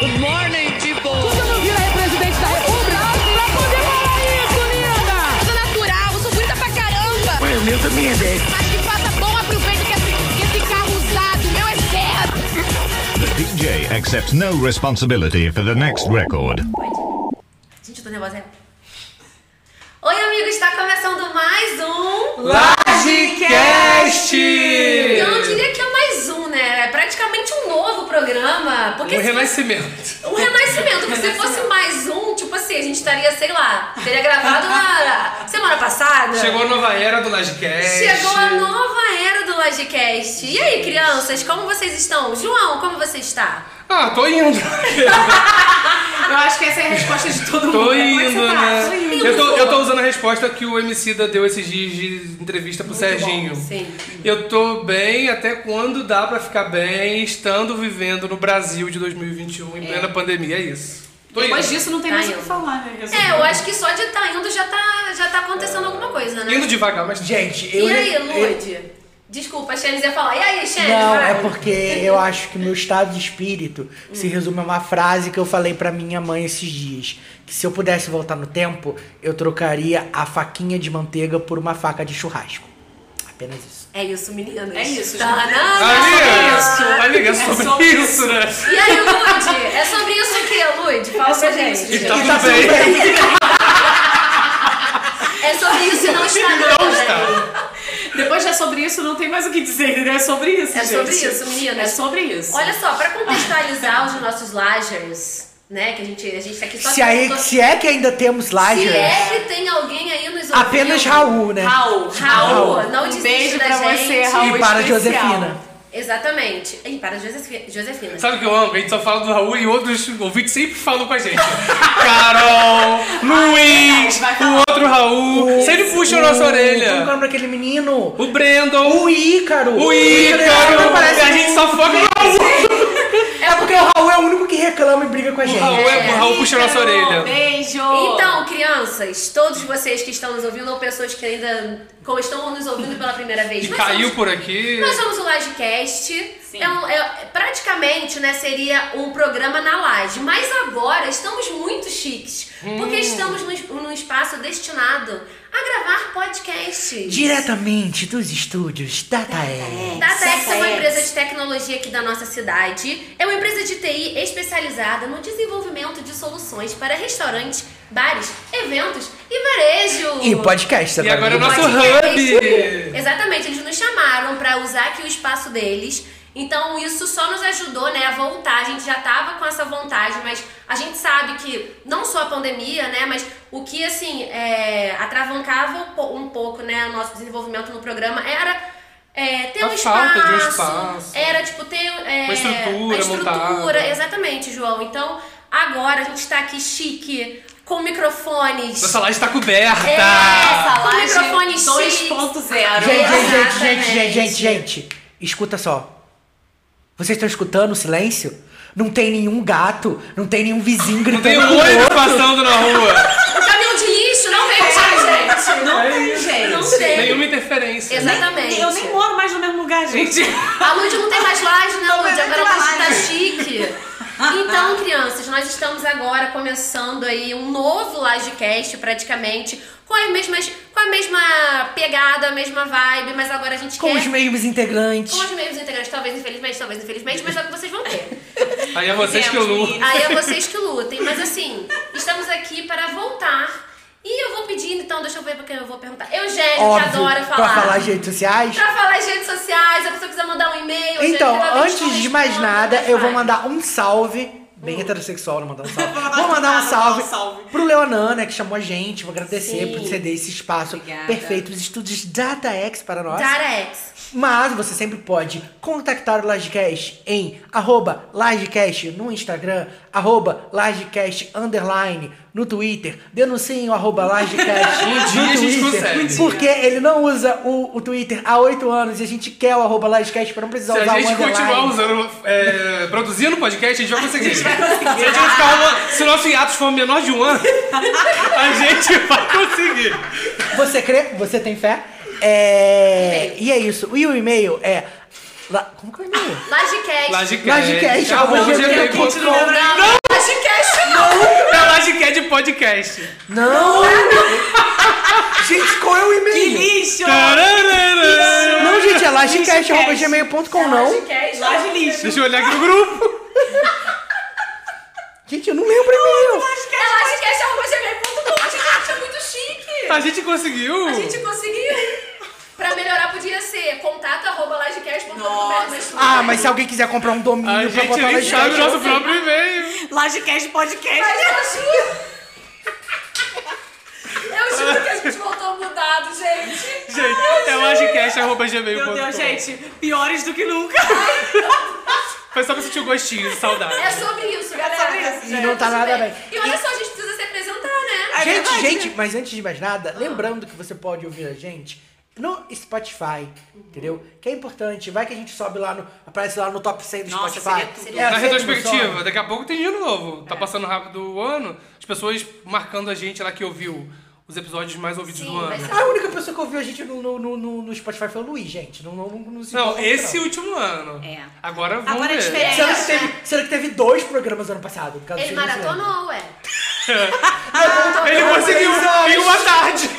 Good morning, people! Você não vira a presidente da República pra poder falar isso, linda! sou natural, eu sou bonita pra caramba. O meu também é 10. Mas que faça bom, aproveita que esse, que esse carro usado, meu é zero. The DJ accepts no responsibility for the next record. Gente, eu tô nervosa. é. Oi, amigos, está começando mais um. Lagecast! Eu não diria que é mais um, né? É praticamente um novo programa. Porque Um renascimento. um renascimento, porque se fosse mais um, tipo assim, a gente estaria, sei lá, teria gravado na semana passada. Chegou a nova era do Lagecast. Chegou a nova era do Logicast. E aí, crianças, como vocês estão? João, como você está? Ah, tô indo. Eu acho que essa é a resposta de todo mundo. Tô Como é que você indo, tá? né? Tô indo. Eu tô, eu tô usando a resposta que o MC da deu esses dias de entrevista pro Serginho. sim. Eu tô bem até quando dá pra ficar bem, estando vivendo no Brasil de 2021 em plena pandemia, é isso. Tô indo. Depois disso não tem Tá mais o que indo. falar, né? É, eu acho que só de estar indo já tá, já tá acontecendo alguma coisa, né? Indo devagar, mas Gente, eu. E aí, eu- Lude? Desculpa, a Xenis ia falar. E aí, Xenis? Não, vai? Hum. é porque eu acho que meu estado de espírito se resume a uma frase que eu falei pra minha mãe esses dias. Que se eu pudesse voltar no tempo, eu trocaria a faquinha de manteiga por uma faca de churrasco. Apenas isso. É isso, meninas. É isso, tá gente. Ali, isso. ali, é sobre, sobre isso, né? E aí, Lude? É sobre isso o quê, Lude? Fala É pra sobre gente. E tá E tá tudo bem. É sobre isso e não está nada. Não né? está. Depois já é sobre isso não tem mais o que dizer, entendeu? É sobre isso, É gente. sobre isso, meninas. É sobre isso. Olha só, pra contextualizar os nossos Lagers, né? Que a gente, a gente tá aqui só Se, aí, se, se é que ainda temos Lagers, é que tem alguém aí nos ouvindo. apenas Raul, né? Raul, Raul, Raul. não um desiste beijo da pra gente. você, Raul. E para especial. Josefina. Exatamente. Ih, para, Josef- Josefina. Sabe o que eu amo? A gente só fala do Raul e outros ouvintes sempre falam com a gente. Carol, Luiz, vai o falar. outro Raul, sempre puxa a nossa Como que é o orelha. nome daquele menino? O Brandon, O Ícaro. o Ícaro é Ícaro, parece a gente só foca no Raul. É porque o Raul é o único que reclama e briga com a O gente. Raul, é- o Raul puxa a nossa Ícaro, orelha. Beijo. Então, crianças, todos vocês que estão nos ouvindo ou pessoas que ainda como estão nos ouvindo pela primeira vez. E nós caiu somos- por aqui. Nós somos o Lagecast. Sim. É um- é- praticamente, né, seria um programa na laje. Mas agora estamos muito chiques. Porque estamos num, num espaço destinado a gravar podcasts. Diretamente dos estúdios DataE. DataX é uma Dataex. empresa de tecnologia aqui da nossa cidade. É uma empresa de TI especializada no desenvolvimento de soluções para restaurantes, bares, eventos e varejo. E podcast E agora é o também. nosso Podcast. hub. Exatamente, eles nos chamaram pra usar aqui o espaço deles. Então isso só nos ajudou, né, a voltar. A gente já tava com essa vontade, mas a gente sabe que não só a pandemia, né, mas o que assim é, atravancava um po- um pouco, né, o nosso desenvolvimento no programa era é, ter A um espaço, falta de um espaço. era tipo ter é, Uma estrutura a estrutura, montada. exatamente, João. Então agora a gente tá aqui chique com microfones. Nossa laje está coberta. É, Essa Com laje microfone X. 2.0. Gente, gente, gente, Exatamente. gente, gente, gente, gente. Escuta só. Vocês estão escutando o silêncio? Não tem nenhum gato, não tem nenhum vizinho Não tem gritando. com o oito outro. passando na rua. O caminhão de lixo não vem Não gente. tem, Não tem, gente. Não tem. Nenhuma interferência. Exatamente. Eu nem moro mais no mesmo lugar, gente. A Lud não tem mais laje, né, Não, Lud? mas é Agora uma você tá laje. chique. Então, crianças, nós estamos agora começando aí um novo Lagecast, praticamente, com, as mesmas, com a mesma pegada, a mesma vibe, mas agora a gente Com quer... os mesmos integrantes. Com os mesmos integrantes, talvez infelizmente, talvez infelizmente, mas é o que vocês vão ter. Aí é vocês que Temos, lutam. menino. Aí é vocês que lutem. Mas assim, estamos aqui para voltar. E eu vou pedir, então, deixa eu ver pra quem eu vou perguntar. Eugênio, é que Óbvio, adora pra falar. falar de redes sociais. Pra falar as redes sociais, se a pessoa quiser mandar um e-mail. Então, Eugênio, cada vez que antes de mais responde, nada, mais eu vou vale. mandar um salve. Bem heterossexual, não mandar um salve. Vou mandar um Vou mandar salve, um salve. pro Leonan, né, que chamou a gente. Vou agradecer Sim. por ceder esse espaço Obrigada. perfeito, os estúdios DataX para nós. Datax. Mas você sempre pode contactar o Lagecast em arroba Lagecast no Instagram, arroba Lagecast underline no Twitter. Denunciem o arroba Lagecast Um no dia a gente Twitter, consegue. Porque ele não usa o, o Twitter há oito anos e a gente quer o arroba Lagecast pra não precisar Se usar a gente o underline. continuar usando, é, produzindo podcast, a gente vai conseguir. Se a gente ficar uma, se o nosso hiatus for menor de um ano, a gente vai conseguir. Você crê? Você tem fé? É... E é isso. E o e-mail é La- Como que é o nome? Lajecast. Lajecast, arroba arroba gmail.com. Não lembra Não, não. Lajecast não. É Lajecast Podcast. Não! gente, qual é o Que e-mail? lixo! Tararara. Não, gente, é Lixo, lajecast.gmail.com, não. Lajecast. Laje lixo. Deixa eu olhar aqui no grupo. Gente, eu não lembro o e-mail. É lajecast.com. A gente acha muito chique. A gente conseguiu. A gente conseguiu. Pra melhorar, podia ser contato arroba lajecast.com.br. mas- Ah, mas se alguém quiser comprar um domínio A pra Ah, gente botar nem sabe o lajecast... nosso próprio e-mail. Lajecast Mas é podcast. eu juro. Eu juro que a gente voltou mudado, gente. Gente, é Meu Deus, lajecast.gmail.com. gente, piores do que nunca. Foi só pra sentir o gostinho de saudade. É sobre isso, galera. sobre isso, gente. E não tá Tudo nada bem. E olha só, a gente precisa se apresentar, né? É Gente, verdade, gente, né? mas antes de mais nada, lembrando que você pode ouvir a gente no Spotify, entendeu? Que é importante. Vai que a gente sobe lá no... Aparece lá no top 100 do Nossa, seria Spotify. tudo. É, Na sempre no Tá É. retrospectiva, som. daqui a pouco tem giro novo. Tá passando rápido o ano, as pessoas marcando a gente lá que ouviu os episódios mais ouvidos Sim, do vai ser- ano. A única pessoa que ouviu a gente no, no, no- no- no Spotify foi o Luiz, gente. Não, não, não, não se Não, importa, esse último ano. É. Agora vamos Agora é ver. diferente. Será que, teve, será que teve dois programas ano passado? por causa Ele do Silvio maratonou, ué. Ele conseguiu três horas. em uma tarde.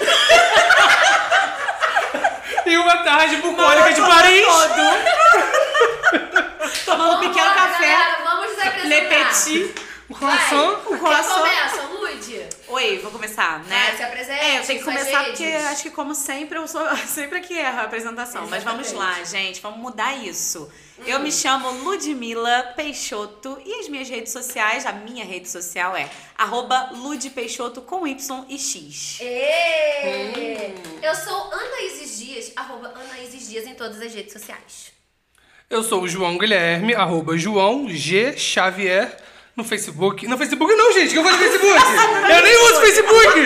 em uma tarde bucólica é de Paris. Todo. Tomando um Vambora, pequeno café. Galera, vamos se apresentar. Le petit. O Vai. coração. Quem croissant. começa? Lude. Oi, vou começar, né? Vai, se apresente, É, eu tenho que suas começar redes. porque acho que como sempre eu sou sempre aqui erro a apresentação, mas vamos lá, gente, vamos mudar isso. Uhum. Eu me chamo Ludmila Peixoto e as minhas redes sociais, a minha rede social é arroba ludpeixoto com Y e X. Ê! Eu sou Anaíses Dias, arroba Anaíses Dias em todas as redes sociais. Eu sou o João Guilherme, arroba João G Xavier. No Facebook. No Facebook não, gente, que eu falei Facebook. eu nem uso Facebook.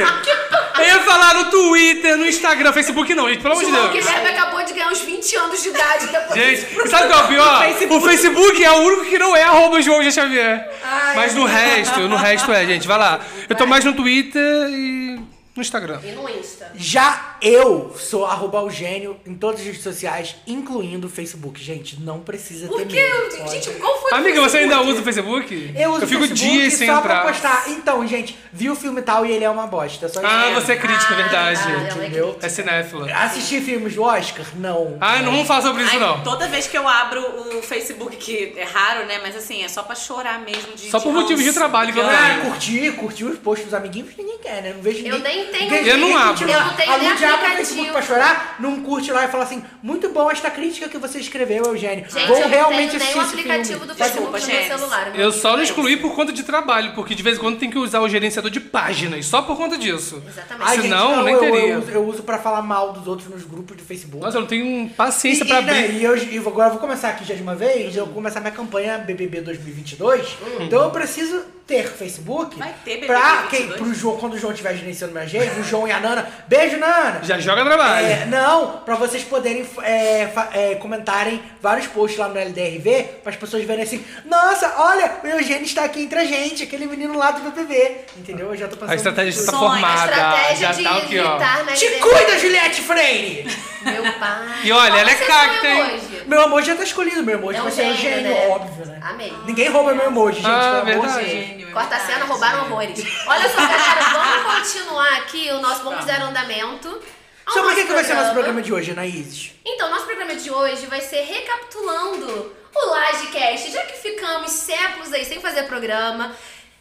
Eu ia falar no Twitter, no Instagram. Facebook não, gente, pelo amor de João Deus. Guilherme Tipo, acabou de ganhar uns 20 anos de idade depois. Gente, e sabe qual é o pior? O Facebook é o único que não é arroba João G. Xavier. Ai. Mas no resto, no resto é, gente. Vai lá. Eu tô mais no Twitter e no Instagram. E no Insta. Já eu sou arroba o gênio em todas as redes sociais, incluindo o Facebook. Gente, não precisa Por ter que? medo, eu- pode. Gente, qual foi o Amiga, você Facebook? ainda usa o Facebook? Eu uso fico o Facebook dias sem só entrar. pra postar. Então, gente, vi o filme tal e ele é uma bosta. Só Ah, isso. você é crítica, é verdade. Ah, ela é Entendeu? É cinéfila. Assistir filmes do Oscar? Não. Ah, não vamos falar sobre isso, Ai, não. Toda vez que eu abro o Facebook, que é raro, né? Mas assim, é só pra chorar mesmo. De, Só por de motivos de ranço. trabalho que eu Ah, tenho. curtir, curtir os posts dos amiguinhos, ninguém quer, né? Não vejo Eu ninguém. nem tenho ninguém- Eu não ninguém abro. curte Eu lá. não tenho Alguém nem já abre o aplicativo. Facebook pra chorar, não curte lá e fala assim, muito bom esta crítica que você escreveu, Eugênio. Gente, Vou eu realmente não tenho nem assistir o esse aplicativo filme. do Facebook Desculpa, no meu gente. celular. meu Eu só não Deus. excluí por conta de trabalho, porque de vez em quando tem que usar o gerenciador de páginas, só por conta disso. Exatamente. Ai, Se gente, não, não, nem eu, teria. Eu uso, eu uso pra falar mal dos outros nos grupos do Facebook. Nossa, eu não tenho E, paciência e, pra né, abrir. e eu, e agora eu vou começar aqui já de uma vez, eu vou começar minha campanha BBB 2022, Hum. então eu preciso ter Facebook Vai ter BBB pra quem, 22? pro João, quando o João estiver gerenciando minha gente, o João e a Nana, beijo Nana! Já joga trabalho. É, não, pra vocês poderem é, fa- é, comentarem vários posts lá no LDRV, para as pessoas verem assim, nossa, olha, o Eugênio está aqui entre a gente, aquele menino lá do BBB, entendeu? Eu já tô pensando... A estratégia já tá Sonho, formada. Estratégia já de tá aqui, ó. evitar, né? Te de- cuida, Juliette Freire! Meu pai. E olha, Qual ela é que é seu cacta, hein? emoji? Meu emoji já tá escolhido, meu emoji É um vai ser o gênio, gênio, né? óbvio, né? Amei. Ninguém rouba meu emoji, gente, Ah, pelo amor de verdade. Deus. Gênio, é Corta a cena, verdade. roubaram horrores. Olha só, galera, vamos continuar aqui o nosso Vamos Dar Andamento. ao Sobre o Tá. que, nosso que vai ser nosso programa de hoje, Anaíses? Então, nosso programa de hoje vai ser recapitulando o Lajecast. Já que ficamos séculos aí sem fazer programa,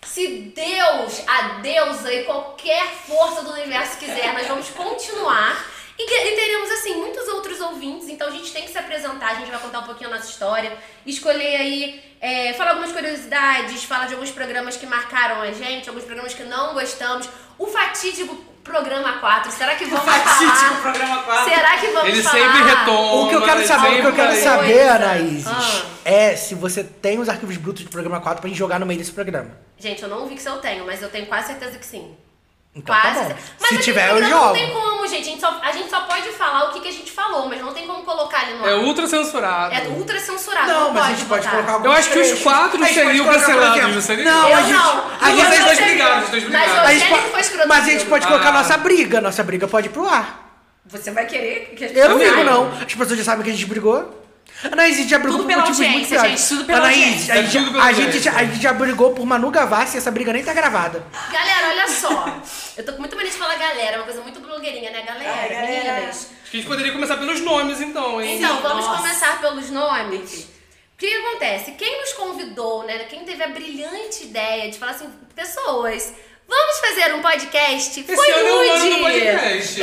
se Deus, a deusa e qualquer força do universo quiser, nós vamos continuar. E, que- e teremos, assim, muitos outros ouvintes, então a gente tem que se apresentar, a gente vai contar um pouquinho a nossa história, escolher aí, é, falar algumas curiosidades, falar de alguns programas que marcaram a gente, alguns programas que não gostamos. O fatídico programa 4, será que vamos Fatídico falar? programa 4. Será que vamos Ele falar? sempre retoma. O que eu quero ele saber, o que sempre eu quero tá aí. saber. saber, Anaíses, Ah. é se você tem os arquivos brutos do programa 4 pra gente jogar no meio desse programa. Gente, eu não ouvi que se eu tenho, mas eu tenho quase certeza que sim. Então tá bom. cer- Se aqui no tiver, eu programa Não jogo. tem como, gente. A gente, só, a gente só pode falar o que, que a gente falou, mas não tem como colocar ali no. É ar. ultra censurado. É ultra censurado. Não, mas a gente pode botar. colocar alguns Eu acho que os trechos. quatro A gente pode seriam colocar, por cancelados, exemplo, não seria? Não, Eu a gente... não. A Mas gente, vocês eu dois sei. brigaram, vocês Mas dois eu- brigaram. a Eugênio gente foi pode, escroto mas a gente comigo. pode colocar Ah. nossa briga, nossa briga pode ir pro ar. Você vai querer que a gente. Eu não Eu ligo, não. não. As pessoas já sabem que a gente brigou. Anaís, a gente já brigou Tudo por pela motivos muito audiência, piores. gente, tudo pela Anaís, audiência. a gente, É tudo pela a, gente, audiência. já- a gente já brigou por Manu Gavassi e essa briga nem tá gravada. Galera, olha só. Eu tô com muita mania de falar galera, é uma coisa muito blogueirinha, né? Galera, Ai, galera. meninas. Acho que a gente poderia começar pelos nomes, então, hein? Então, vamos Nossa. começar pelos nomes. O que acontece? Quem nos convidou, né? Quem teve a brilhante ideia de falar assim, pessoas, vamos fazer um podcast? Esse foi ano é o Lud! ano do podcast.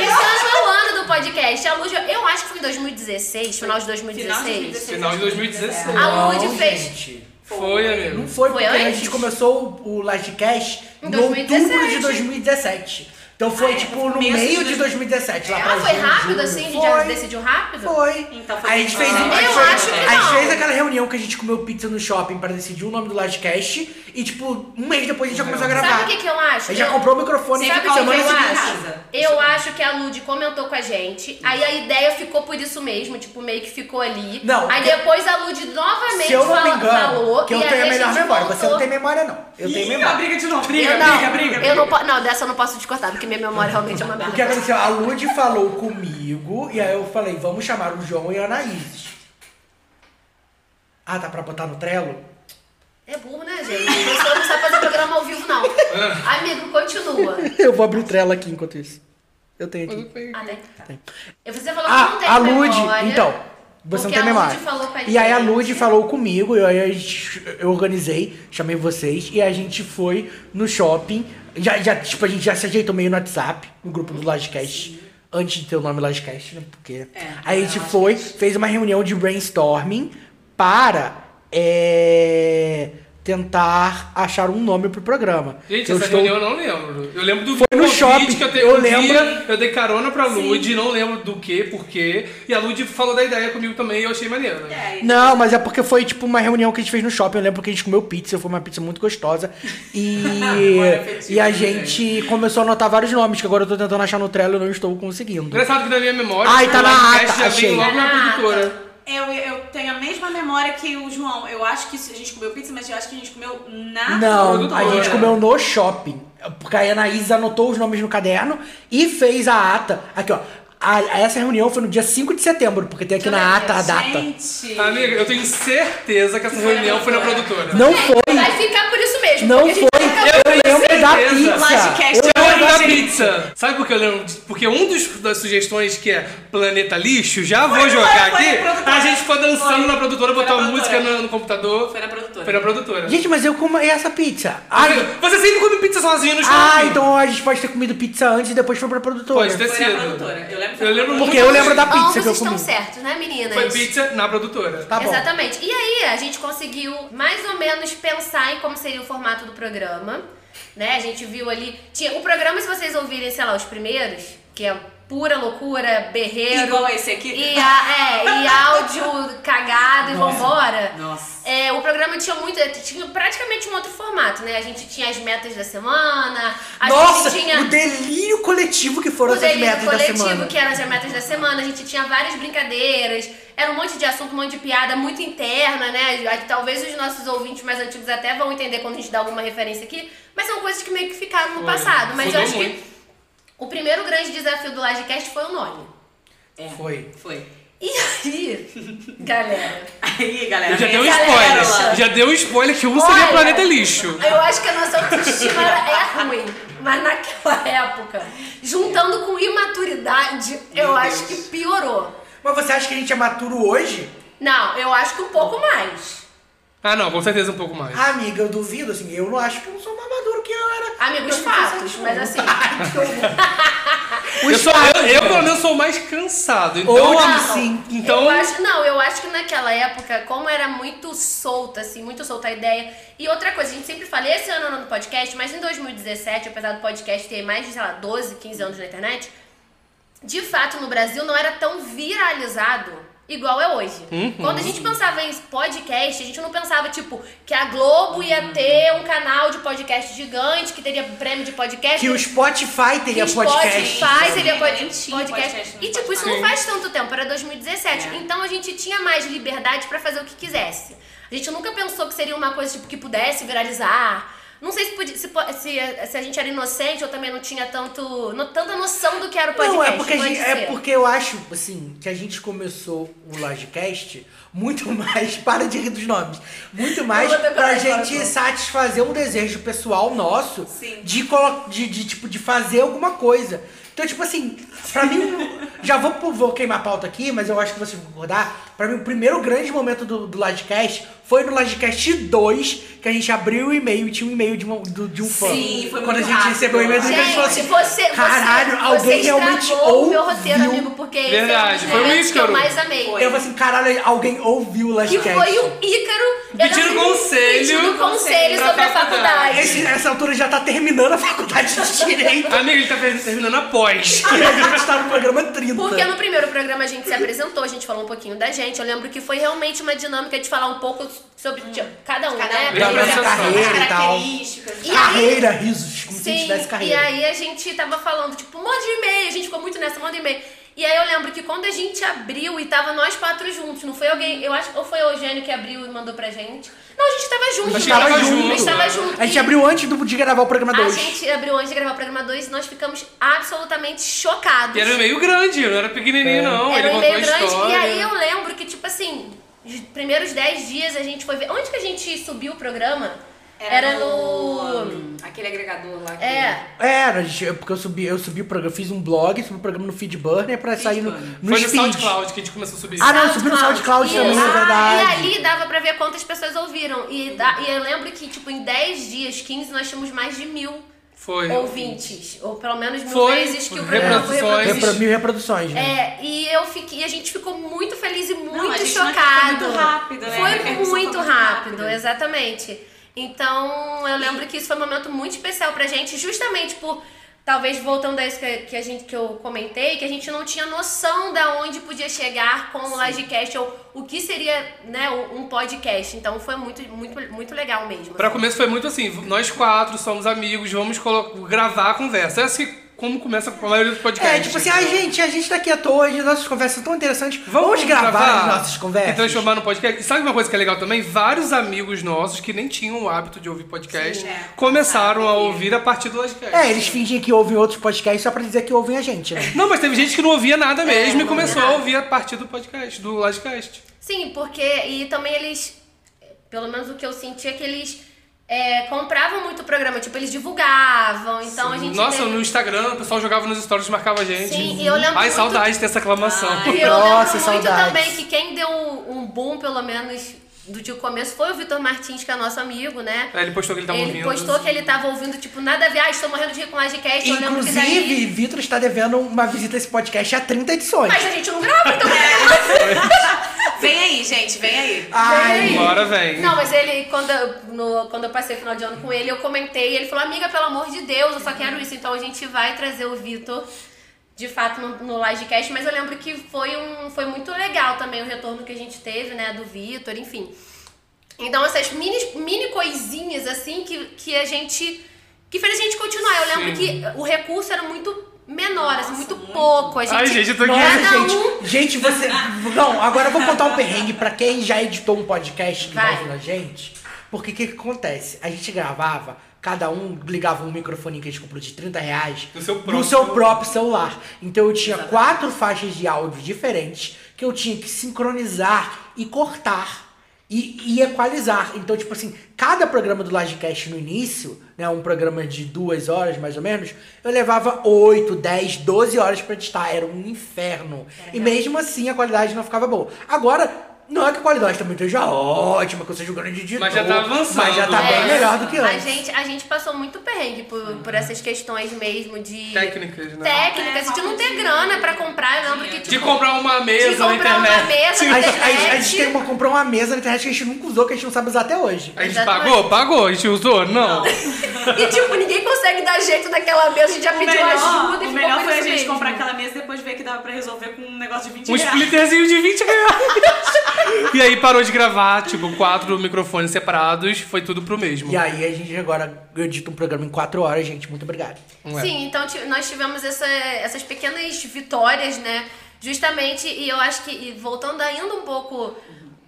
Esse ano foi o ano do podcast. A Lud, eu acho que foi em 2016, final de 2016. Final de 2016. Final de 2016. A Lud Não, fez. gente. Foi, amigo. Ah, Não foi, Foi porque a antes? gente começou o o Livecast Em em 2017. outubro de 2017. Então foi, Ah, é, tipo, foi no começo de meio de 2017. 2017. Lá pra Ah, foi junho, rápido julho. assim? A gente já Foi, decidiu rápido? Foi. Então foi Aí a gente bem fez, rápido. a gente Eu fez- acho que a gente não. fez aquela reunião que a gente comeu pizza no shopping pra decidir o nome do Livecast e, tipo, um mês depois a gente já começou a gravar. Sabe o que, que eu acho? Aí já Eu- comprou o microfone Sabe e o que, semana eu seguinte. acho? casa. Eu acho que a Lud comentou com a gente, aí a ideia ficou por isso mesmo, tipo, meio que ficou ali. Não, aí que- depois a Lud novamente Se eu não me fala- engano, falou que eu e aí tenho a gente melhor memória. Você não voltou. tem memória, não. Eu tenho Ih, memória. ó, briga de novo. Briga, não, briga, briga. Eu não, po- não, dessa eu não posso te cortar, porque minha memória realmente é uma O que merda. aconteceu? A Lud falou comigo e aí eu falei, vamos chamar o João e a Anaís. Ah, tá pra botar no Trello? É burro, né, gente? A pessoa não sabe fazer programa ao vivo, não. Ah. Amigo, continua. Eu vou abrir o Trello aqui enquanto isso. Eu tenho aqui. Ah, tem. Eu Você falou que não Ah, tem a Lud, memória. então. Você não porque tem a Lud memória. falou com a E aí a gente. Lud falou comigo, e aí a gente- eu organizei, chamei vocês, e a gente foi no shopping. Já, já, tipo, a gente já se ajeitou meio no WhatsApp, no grupo do Lodcast. Antes de ter o nome Lodcast, né? Porque. É, aí a gente foi, fez uma reunião de brainstorming para é, tentar achar um nome pro programa. Gente, eu essa estou- reunião eu não lembro. Eu lembro do Foi no convite shopping, que eu, te, eu um dia lembro. eu dei carona pra Lud, não lembro do que, por quê. E a Lud falou da ideia comigo também e eu achei maneiro. É, e- Não, mas é porque foi tipo uma reunião que a gente fez no shopping. Eu lembro que a gente comeu pizza, foi uma pizza muito gostosa. E, Agora é fetiche, e a né? gente começou a anotar vários nomes, que agora eu tô tentando achar no Trello e não estou conseguindo. Engraçado que na minha memória, Ai, tá o na podcast ata, já achei. vem logo na Tá na produtora. Eu, eu tenho a mesma memória que o João. Eu acho que isso- a gente comeu pizza, mas eu acho que a gente comeu na Não, a produtora. gente comeu no shopping. Porque aí a Anaís anotou os nomes no caderno e fez a ata. Aqui, ó. A- essa reunião foi no dia 5 de setembro, porque tem aqui na ata a data. Gente. Amiga, eu tenho certeza que essa reunião foi na produtora. Não foi, Vai ficar por isso mesmo. não porque a gente foi. Eu lembro da certeza. Lodcast, pizza. Eu lembro da Assim. pizza. Sabe por que eu lembro? de- Porque um dos, das sugestões que é Planeta Lixo, já vou jogar foi, foi aqui. na produtora. A gente ficou dançando Foi. na produtora, Foi na botou a produtora. música no, no computador. Foi na produtora. Foi na produtora. Gente, mas eu como essa pizza. Ai, Ai, você sempre come pizza sozinho no shopping. Ah, então a gente pode ter comido pizza antes e depois foi pra produtora. Pode ter Foi na sido. produtora. Eu lembro que foi Eu na lembro produtora. Porque eu lembro da pizza Ambos que eu estão comi. certos, né, meninas? Foi pizza na produtora. Tá bom. Exatamente. E aí, a gente conseguiu mais ou menos pensar em como seria o formato do programa, né? A gente viu ali, tinha o programa se vocês ouvirem, sei lá, os primeiros, que é pura loucura, berreiro. Igual esse aqui. E, a- é, e áudio cagado e vambora. Nossa. É, o programa tinha muito, tinha praticamente um outro formato, né? A gente tinha as metas da semana, a Nossa, gente tinha o delírio coletivo que foram o essas delírio metas da coletivo, semana. que eram as metas da semana, a gente tinha várias brincadeiras, era um monte de assunto, um monte de piada muito interna, né? Aí, Talvez os nossos ouvintes mais antigos até vão entender quando a gente dá alguma referência aqui, mas são coisas que meio que ficaram no Foi. passado. Mas eu Mudou acho que muito. o primeiro grande desafio do Lagecast foi o nome. Foi. É, Foi. E aí, galera, Aí, galera. é Eu já vem dei um essa spoiler. pérola. Já dei um spoiler que um Olha. seria Planeta Lixo. eu acho que a nossa autoestima era- é ruim, mas naquela época, juntando com imaturidade, eu acho que piorou. Mas você acha que a gente é maturo hoje? Não, eu acho que um pouco mais. Ah, não, com certeza um pouco mais. Ah, amiga, eu duvido, assim, eu não acho que eu sou mais maduro que eu era. Amigos, fatos, mas assim. Ai, que horror. Eu, sou, fatos, eu, eu, né? pelo menos, sou mais cansado. Então, Ou a- não. Sim. Então, Eu acho, não, eu acho que naquela época, como era muito solta, assim, muito solta a ideia. E outra coisa, a gente sempre fala, esse ano é o ano do podcast, mas em 2017, apesar do podcast ter mais de, sei lá, 12, 15 anos na internet, de fato no Brasil não era tão viralizado igual é hoje. Uhum. Quando a gente pensava em podcast, a gente não pensava, tipo, que a Globo ia Uhum. ter um canal de podcast gigante, que teria prêmio de podcast. que o Spotify teria É. Que podcast. Spotify seria Sim, pod- nem tinha podcast. podcast no E tipo, isso Spotify. não faz tanto tempo, era 2017. É. Então a gente tinha mais liberdade pra fazer o que quisesse. A gente nunca pensou que seria uma coisa tipo, que pudesse viralizar. Não sei se, podia- se, po- se, se a gente era inocente ou também não tinha tanto, no- tanta noção do que era o podcast. Não, é porque, a pode gente- é ser. porque eu acho, assim, que a gente começou o Logicast muito mais. Para de rir dos nomes. Muito mais vou decorar pra agora, gente então. satisfazer um desejo pessoal nosso Sim. de, colo- de, de, tipo, de fazer alguma coisa. Então, tipo assim, pra mim. Já vou, pro- vou queimar a pauta aqui, mas eu acho que vocês vão concordar. Pra mim, o primeiro grande momento do, do Logicast foi no Logicast 2, que a gente abriu o e-mail e tinha um e-mail de, uma, do- de um fã. Sim, foi Quando a muito gente rápido. recebeu o e-mail, a gente Gente, falou assim: você, caralho, você, alguém você realmente estragou o meu ouviu." roteiro, amigo, porque esse Verdade, é um foi dos um momentos que eu ícaro. mais amei. Eu falei assim, caralho, alguém ouviu o Que Last foi o Ícaro eu não Pedindo sei, conselho pedindo conselho pra sobre a faculdade. faculdade. Esse, essa altura já tá terminando a faculdade de Direito. Amiga, ele tá per- terminando a pós. a gente tá no programa 30. Porque no primeiro programa a gente se apresentou, a gente falou um pouquinho da gente. Eu lembro que foi realmente uma dinâmica de falar um pouco sobre tipo, cada um, Cada né? um. Da Porque- nossa carreira e tal. características. E aí, Carreira, risos, como se a gente sim, tivesse e carreira. aí a gente tava falando, tipo, manda um e-mail, a gente ficou muito nessa, manda e-mail. E aí eu lembro que quando a gente abriu e tava nós quatro juntos, não foi alguém, eu acho, ou foi o Eugênio que abriu e mandou pra gente? Não, a gente tava junto. A gente né? tava A gente junto. tava junto. a gente E- abriu antes do, de gravar o programa a 2. gente abriu antes de gravar o programa 2 e nós ficamos absolutamente chocados. E era um e-mail grande, não era pequenininho, É. não. Era ele um contou a e-mail grande. história. E aí eu lembro que, tipo assim, os primeiros 10 dias a gente foi ver. Onde que a gente subiu o programa? Era, no. Aquele agregador lá. que- Hum. É. Era, a gente- porque eu subi, eu subi o programa, fiz um blog, subi o programa no Feedburner pra sair no, no Foi no Speed. SoundCloud que a gente começou a subir. Ah, não, subiu no SoundCloud Isso. também, é Ah, verdade. E ali dava pra ver quantas pessoas ouviram. E, da- e eu lembro que, tipo, em 10 dias, 15, nós tínhamos mais de mil Foi. ouvintes. Ou pelo menos mil Foi. vezes que o programa foi É Reproduções. reproduzido. Repro, mil reproduções, né? É, e eu fiquei, e a gente ficou muito feliz e muito a gente não- foi chocado. muito rápido, né? A Foi repercussão foi muito muito rápido, rápida. exatamente. Então, eu lembro que isso foi um momento muito especial pra gente, justamente por talvez voltando a isso que, que a gente que eu comentei, que a gente não tinha noção da onde podia chegar com o Lodcast ou o que seria, né, um um podcast. Então, foi muito muito muito legal mesmo. Pra começo foi muito assim, nós quatro somos amigos, vamos colo- gravar a conversa. É assim como começa a maioria dos podcasts. É, tipo assim, ah, gente, a gente tá aqui à toa, as nossas conversas são tão interessantes. Vamos, gravar, as nossas E conversas. transformar no podcast. E sabe uma coisa que é legal também? Vários amigos nossos que nem tinham o hábito de ouvir podcast começaram a ouvir a partir do podcast. É, eles fingem que ouvem outros podcasts só pra dizer que ouvem a gente, né? Não, mas teve gente que não ouvia É, nada mesmo e começou nada. a ouvir a partir do podcast, do Lodcast. Sim, porque. E também eles. Pelo menos o que eu senti é que eles é, compravam muito o programa. Tipo, eles divulgavam. Então a gente. Nossa, teve- no Instagram o pessoal jogava nos stories, marcava a gente. Sim, e eu lembro Ai, muito- saudade dessa aclamação. E eu Nossa, lembro muito saudades. também que quem deu um boom, pelo menos, do de começo foi o Vitor Martins, que é nosso amigo, né? É, ele postou que ele tava Ele ouvindo. postou que ele tava ouvindo, tipo, nada a ver, ah, estou morrendo de rir com É, Lodcast, eu lembro que Inclusive, daí... Vitor está devendo uma visita a esse podcast há 30 edições. Mas a gente não grava, então... Vem aí, gente, vem aí. Ai, Bora, vem. é Não, mas ele, quando eu, no- quando eu passei o final de ano com ele, eu comentei, ele falou, amiga, pelo amor de Deus, eu só quero isso. Então a gente vai trazer o Vitor, de fato, no, no Livecast, mas eu lembro que foi, um, foi muito legal também o retorno que a gente teve, né, do Vitor, enfim. Então essas mini, mini coisinhas, assim, que, que a gente... que fez a gente continuar. Eu lembro que o recurso era muito menor, assim, muito, pouco. A gente, Ai, gente, eu tô aqui. nossa, Cada um gente. Gente, você. Não, agora eu vou contar um perrengue pra quem já editou um podcast que tá Vai. ouvindo a gente. Porque o que, que acontece? A gente gravava, cada um ligava um microfone que a gente comprou de 30 reais No seu no próprio- seu próprio celular. Então eu tinha quatro faixas de áudio diferentes que eu tinha que sincronizar e cortar. E, e equalizar. Então, tipo assim, cada programa do Lagecast no início, né? Um programa de duas horas, mais ou menos, eu levava 8, 10, 12 horas pra editar. Era um inferno. e mesmo assim a qualidade não ficava boa. Agora, não é que a qualidade também esteja ótima, que eu seja um grande editor. Mas já tá avançando. Mas já tá É. bem melhor do que a antes. gente, a gente passou muito perrengue por, por essas questões mesmo de. Técnicas, Uhum. né? Técnicas, de não É, ter grana pra comprar. Eu lembro que, tipo, De comprar uma mesa de comprar na internet. uma mesa na Tipo, A gente, a gente- a internet. gente tem uma, comprou uma mesa na internet que a gente nunca usou, que a gente não sabe usar até hoje. A gente Exatamente. pagou? Pagou. A gente usou? Não. Um E, tipo, ninguém consegue dar jeito naquela mesa. A gente já O pediu melhor, ajuda e o ficou melhor por foi a isso gente mesmo. comprar aquela mesa e depois ver que dava pra resolver com um negócio de 20 Um reais. splitterzinho de 20 reais. e aí parou de gravar, tipo, quatro microfones separados. Foi tudo pro mesmo. E aí a gente agora edita um programa em quatro horas, gente. Muito obrigado. Não é? Sim, então ti- nós tivemos essa- essas pequenas vitórias, né? Justamente, e eu acho que, e voltando ainda um pouco,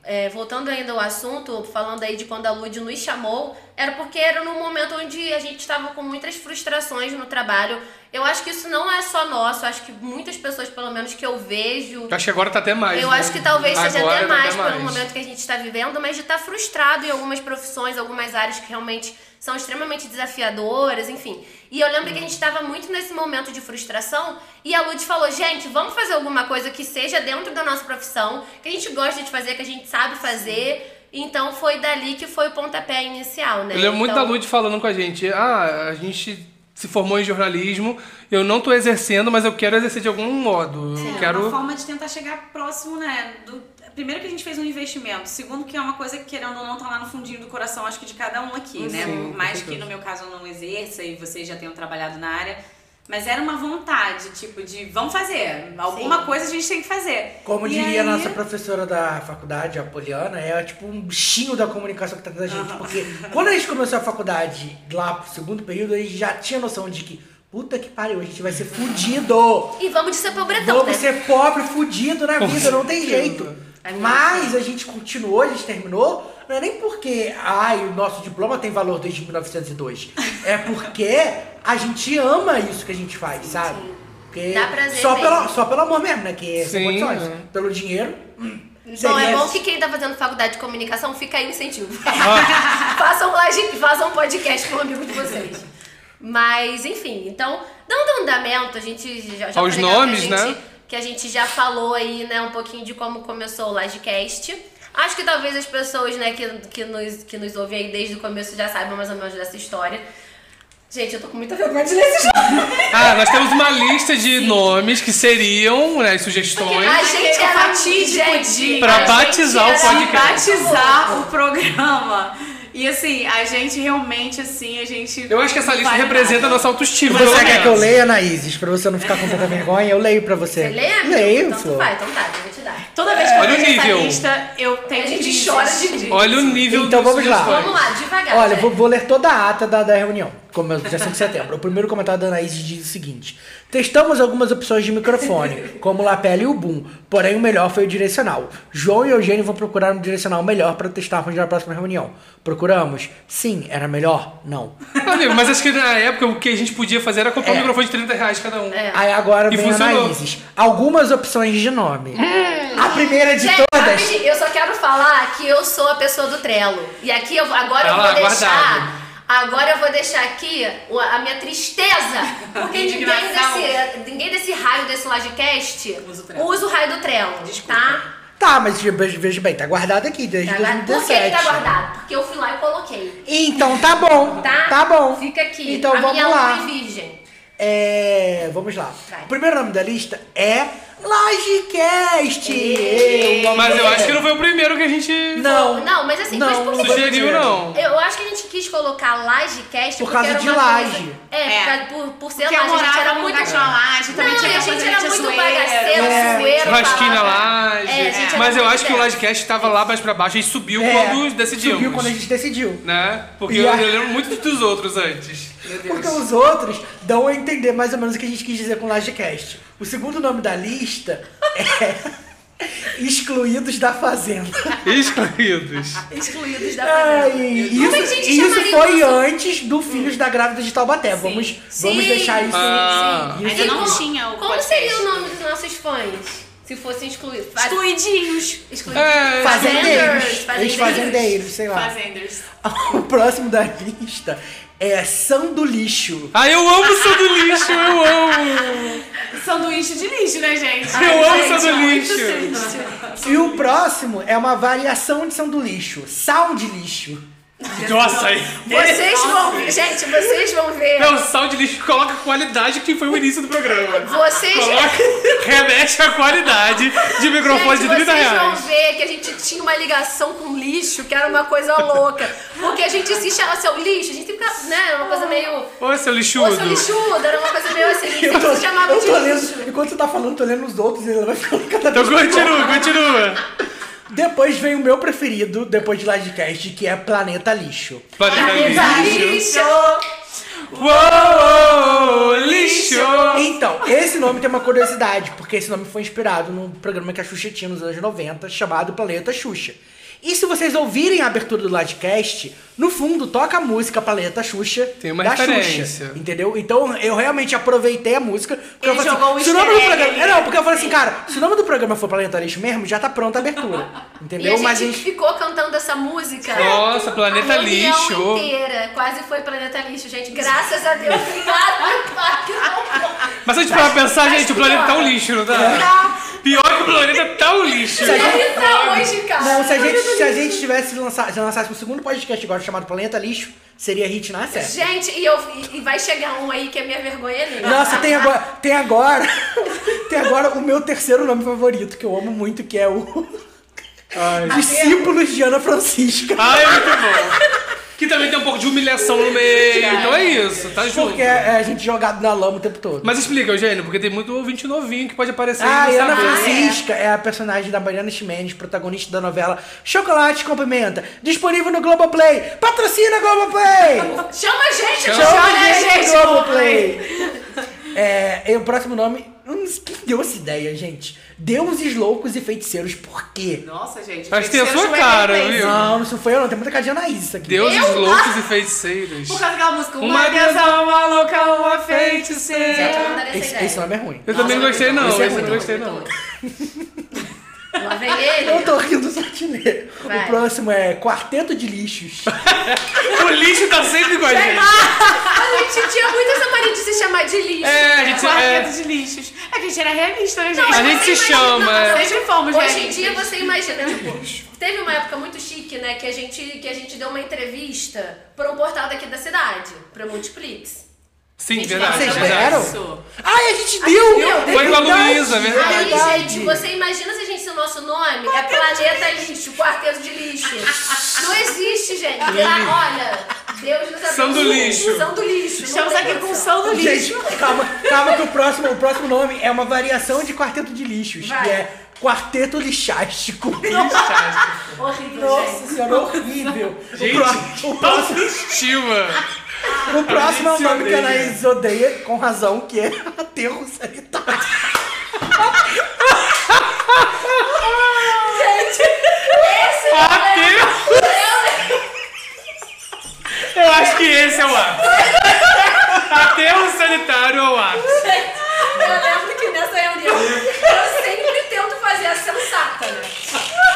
é, voltando ainda ao assunto, falando aí de quando a Lud nos chamou, era porque era num momento onde a gente estava com muitas frustrações no trabalho. Eu acho que isso não é só nosso, eu acho que muitas pessoas, pelo menos que eu vejo, Acho que agora tá até mais. eu né? acho que talvez seja Agora até tá mais pelo momento que a gente está vivendo, mas de estar frustrado em algumas profissões, algumas áreas que realmente são extremamente desafiadoras, enfim. E eu lembro que a gente estava muito nesse momento de frustração e a Lud falou: gente, vamos fazer alguma coisa que seja dentro da nossa profissão, que a gente gosta de fazer, que a gente sabe fazer. Então foi dali que foi o pontapé inicial, né? Eu lembro é muito da Então- Lud falando com a gente. Ah, a gente se formou em jornalismo, eu não tô exercendo, mas eu quero exercer de algum modo. Eu É, uma quero. forma de tentar chegar próximo, né? do- primeiro que a gente fez um investimento. Segundo que é uma coisa que, querendo ou não, tá lá no fundinho do coração, acho que de cada um aqui, né? Sim, Por mais com que certeza. no meu caso eu não exerça e vocês já tenham trabalhado na área. Mas era uma vontade, tipo, de vamos fazer. Alguma coisa a gente tem que fazer. Como E diria a aí- nossa professora da faculdade, a Poliana, é tipo um bichinho da comunicação que tá dentro da gente. Porque quando a gente começou a faculdade, lá pro segundo período, a gente já tinha noção de que, puta que pariu, a gente vai ser fudido. E vamos de ser pobretão, Vamos né? ser pobre, fudido na vida, não tem É jeito. verdade. assim. Mas a gente continuou, a gente terminou. Não é nem porque, ai, o nosso diploma tem valor desde 1902. É porque a gente ama isso que a gente faz, sabe? Porque Dá prazer só, mesmo. pelo, só pelo amor mesmo, né? Que é sem Sim, condições. é. Pelo dinheiro. hum, Bom, é seria- bom que quem tá fazendo faculdade de comunicação fica aí o incentivo. Ah. façam live, façam podcast com um amigo de vocês. Mas, enfim, então, dando andamento, a gente já, já Aos falei que nomes, a gente- né? Que a gente já falou aí, né, um pouquinho de como começou o Livecast. Acho que talvez as pessoas, né, que, que, nos, que nos ouvem aí desde o começo já saibam mais ou menos dessa história. Gente, eu tô com muita vergonha de ler esses Ah, nós temos uma lista de nomes que seriam né, as sugestões. A gente é era fatídico gente, de- Pra a gente batizar o era- podcast. batizar o programa. E assim, a gente realmente, assim, a gente. Eu acho que essa não lista vale representa nada. a nossa autoestima. pelo Você quer menos. que eu leia, Anaíses? Pra você não ficar com tanta vergonha, eu leio pra você. Você lembra? Leio, então, tu Flor. vai, então tá, eu vou te dar. Toda vez que É. Olha eu o vejo essa nível. lista, eu tenho A gente crises. chora de rir. Olha o nível Então das vamos lá. sugestões. Vamos lá, devagar. Olha, né? eu vou, vou ler toda a ata da, da reunião, como é o dia 5 de setembro. O primeiro comentário da Anaís diz o seguinte: Testamos algumas opções de microfone, como o lapela e o boom, porém o melhor foi o direcional. João e Eugênio vão procurar um direcional melhor para testarmos na próxima reunião. Procuramos? Sim, era melhor? Não. Amigo, mas acho que na época o que a gente podia fazer era É. comprar um microfone de 30 reais cada um. É. Aí agora E vem a funcionou. Anaíses. Algumas opções de nome. a primeira de Gente, todas. Hum. rapidinho, eu só quero falar que eu sou a pessoa do Trello. E aqui eu, agora Tá eu lá, vou guardado. deixar. Agora eu vou deixar aqui o- a minha tristeza. Porque ninguém Indignação. desse, ninguém desse raio desse Lodcast Usa o Trello. usa o raio do Trello, tá? Tá, mas veja bem, tá guardado aqui desde Tá guardado. Por que que 2017. tá guardado? Porque eu fui lá e coloquei. Então tá bom. Tá? bom. Fica aqui. Então a vamos minha lá. lua e virgem. É, vamos lá. Vai. O primeiro nome da lista é Lagecast. Eu amo Mas eu você. acho que não foi o primeiro que a gente Não. Não, mas assim, mas por que foi sugeriu, primeiro. não. Eu acho que a gente quis colocar Lagecast Por porque causa era de uma laje. coisa- É, É. por, causa- por, por ser Porque eu laje, a gente morava era num muito... lugar que tinha laje, também Não, tinha e a coisa gente de era gente muito zoeira. bagaceiro, É. zoeiro. rasquinha falava. lá. É, a gente era Mas eu muito acho que o dessa. Livecast tava lá mais pra baixo e subiu É, quando decidimos. Subiu quando a gente decidiu. Né? Porque E eu, a- eu lembro muito dos outros antes. Porque os outros dão a entender mais ou menos o que a gente quis dizer com Lagecast. O segundo nome da lista é Excluídos da Fazenda. Excluídos. Excluídos da Ai, família. isso, é a gente isso chamaria foi isso? antes do Filhos da Grávida de Taubaté. Vamos, vamos Hum. Sim. deixar isso. Ah. isso- Ainda não Como- tinha o Como seria o nome dos nossos fãs? Se fossem excluídos. Excluidinhos. Excluídos. É, Fazendeiros. Fazendeiros. Ex-fazendeiros, sei Tá. lá. Fazenders. O próximo da lista é São do Lixo. Ah, eu amo o São do Lixo, eu amo! Sanduíche de lixo, né, gente? Eu amo gente, é São do muito Lixo. triste. E o próximo é uma variação de São do Lixo. Sal de lixo. Nossa, aí. Vocês vão... Gente, vocês vão ver... É o sal de lixo que coloca a qualidade que foi o início do programa. Vocês... Coloca, remete à qualidade de microfone Gente, de 30 vocês vão reais. ver que a gente tinha uma ligação com lixo, que era uma coisa louca. Porque a gente se chama seu lixo, a gente ficava, né? Era uma coisa meio. Ô, seu Ou lixudo. seu lixudo, era uma coisa meio assim, que Eu tô, se chamava eu de tô lixo. lendo, enquanto você tá falando, eu tô lendo os outros e ela vai ficando cada Então vez pior. continua, continua. Depois vem o meu preferido, depois de Livecast, que é Planeta Lixo. Planeta lixo. Lixo. Uou, lixo. Então, esse nome tem uma curiosidade, porque esse nome foi inspirado num programa que a Xuxa tinha nos anos 90, chamado Planeta Xuxa. E se vocês ouvirem a abertura do Livecast, no fundo toca a música Paleta Xuxa Tem uma da referência. Xuxa. Entendeu? Então eu realmente aproveitei a música. Porque Ele eu falei jogou assim, o se o nome do easter egg programa. ali, É, não, né? porque eu falei assim, cara, se o nome do programa for Planeta Lixo mesmo, já tá pronta a abertura. E entendeu? a gente, Mas a gente. ficou cantando essa música. Nossa, Planeta a reunião Lixo. inteira. Quase foi Planeta Lixo, gente. Graças a Deus. Obrigada, que não foi. Mas se a gente for pensar, mas gente, o pior. planeta tá um lixo, não tá? Pior que o planeta tá um lixo. E aí tá hoje, cara. é? Não, se a gente, se a gente tivesse lançado, se lançasse um segundo podcast agora chamado Planeta Lixo, seria hit na série. Gente, e, eu, e- e vai chegar um aí que é minha vergonha ali. Nossa, tem agora, tem agora, tem agora o meu terceiro nome favorito, que eu amo muito, que é o Discípulos de Ana Francisca. Ah, é muito bom. Que também tem um pouco de humilhação no meio. Então é isso, tá junto. Porque é a gente jogado na lama o tempo todo. Mas explica, Eugênio, porque tem muito ouvinte novinho que pode aparecer Ah, e e não Ana saber. Francisca é. a personagem da Mariana Ximenes, protagonista da novela Chocolate com Pimenta, disponível no Globoplay. Patrocina Globoplay! Chama a gente, Chama chama, Chama a a gente. gente Globoplay! É, e o próximo nome... Hum, Quem deu essa ideia, gente? Deuses Loucos e Feiticeiros, por quê? Nossa, gente. Acho que tem a feiticeiro sua Joana cara, Reis. viu? Não, não sou foi eu não, tem muita cadinha na Isis aqui. Deuses Eu? loucos e feiticeiros. Por causa daquela música. Uma é- deusa, uma louca, uma feiticeira. Gente, eu não daria essa Esse, ideia. esse nome é ruim. Eu também não gostei, não. Esse é Esse eu não muito gostei, não. Lá vem ele. Eu tô rindo só de ler. Vai. O próximo é Quarteto de Lixos. O lixo tá sempre com a gente. Ah, A gente tinha muito essa mania de se chamar de lixo. É, a gente. Quarteto É, de lixos. É que a gente era realista, né, Não, a gente? mas gente você se imagina- chama, não, é. mas Sempre fomos Hoje em realistas. dia você imagina, tipo, teve uma época muito chique, né, que a gente, que a gente deu uma entrevista pra um portal daqui da cidade, pra Multiplix. sim, Gente, verdade. Vocês verdade. deram? Isso. Ai, a gente deu! deu. Foi com a Verdade. Luísa, verdade. Aí, É verdade. gente, você imagina se a gente, se o nosso nome é Planeta Lixo, Quarteto de Lixo. Não existe, gente. Lá, olha, Deus nos abençoe. é São do lixo. São do lixo. não Estamos tem aqui com o condição. som do lixo. Gente, calma, calma que o próximo, o próximo nome é uma variação de quarteto de lixos, Vai. que é quarteto lixástico. Horrível, Nossa gente. senhora, horrível. Gente, o, pró- o próximo, Estima. o próximo é um se nome que odeia. a Anaís odeia, com razão, que é aterro sanitário. Esse Ah, Deus! Eu acho que esse é o ápice. Aterro sanitário é o ápice. Eu lembro que nessa reunião eu sempre tento fazer a sensata, né?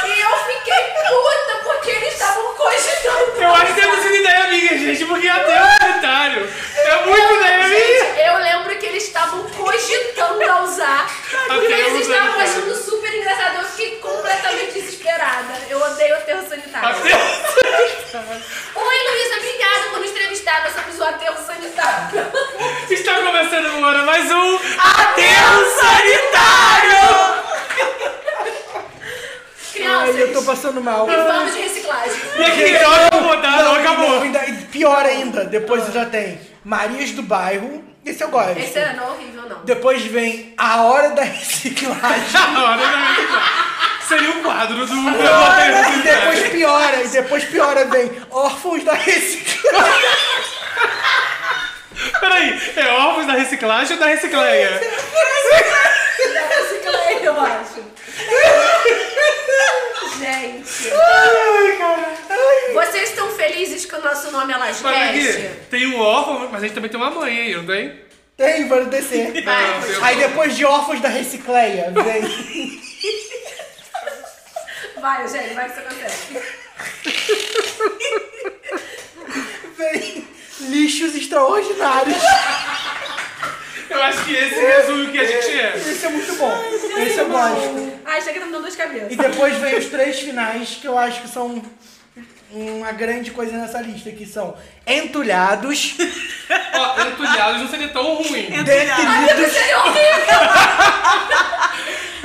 E eu fiquei puta porque eles estavam cogitando. Eu acho que deve ter sido ideia minha, gente, porque aterro sanitário é muito ideia minha. Gente, eu lembro que eles estavam cogitando a usar. E Até eu eles estavam usando. achando super engraçado. Eu fiquei completamente desesperada. Eu odeio aterro Tá sanitário. Aterro- Oi, Luísa, obrigada por nos entrevistar. Nós somos o aterro sanitário. Está começando agora mais um Aterro Sanitário! Crianças, Ai, eu tô passando mal. e vamos de reciclagem. E aqui tem hora que mudaram, acabou. não, ainda- pior ainda, depois já tem Marias do Bairro, esse eu gosto. Esse ano é horrível, não. Depois vem A Hora da Reciclagem. A hora da reciclagem. né, Seria o quadro do do Aterro E Sanitário. depois piora, e depois piora, vem órfãos da reciclagem. Peraí, é órfãos da reciclagem ou da recicleia? Reciclei, eu acho. Gente. Vocês estão felizes que o nosso nome é Mas Lascast? aqui, tem um órfão, mas a gente também tem uma mãe aí, não tem? Tem, para descer. Não, tem um- Aí depois de órfãos da recicleia, vem. Vai, gente, vai que você consegue. vem lixos extraordinários. Eu acho que esse resume o que a gente é. Esse é muito bom. Esse eu gosto. Ai, chega que tá me dando dor de cabeça. E depois vem os três finais que eu acho que são uma grande coisa nessa lista, que são entulhados, Ó, entulhados não seria tão ruim. detritos. Seria horrível.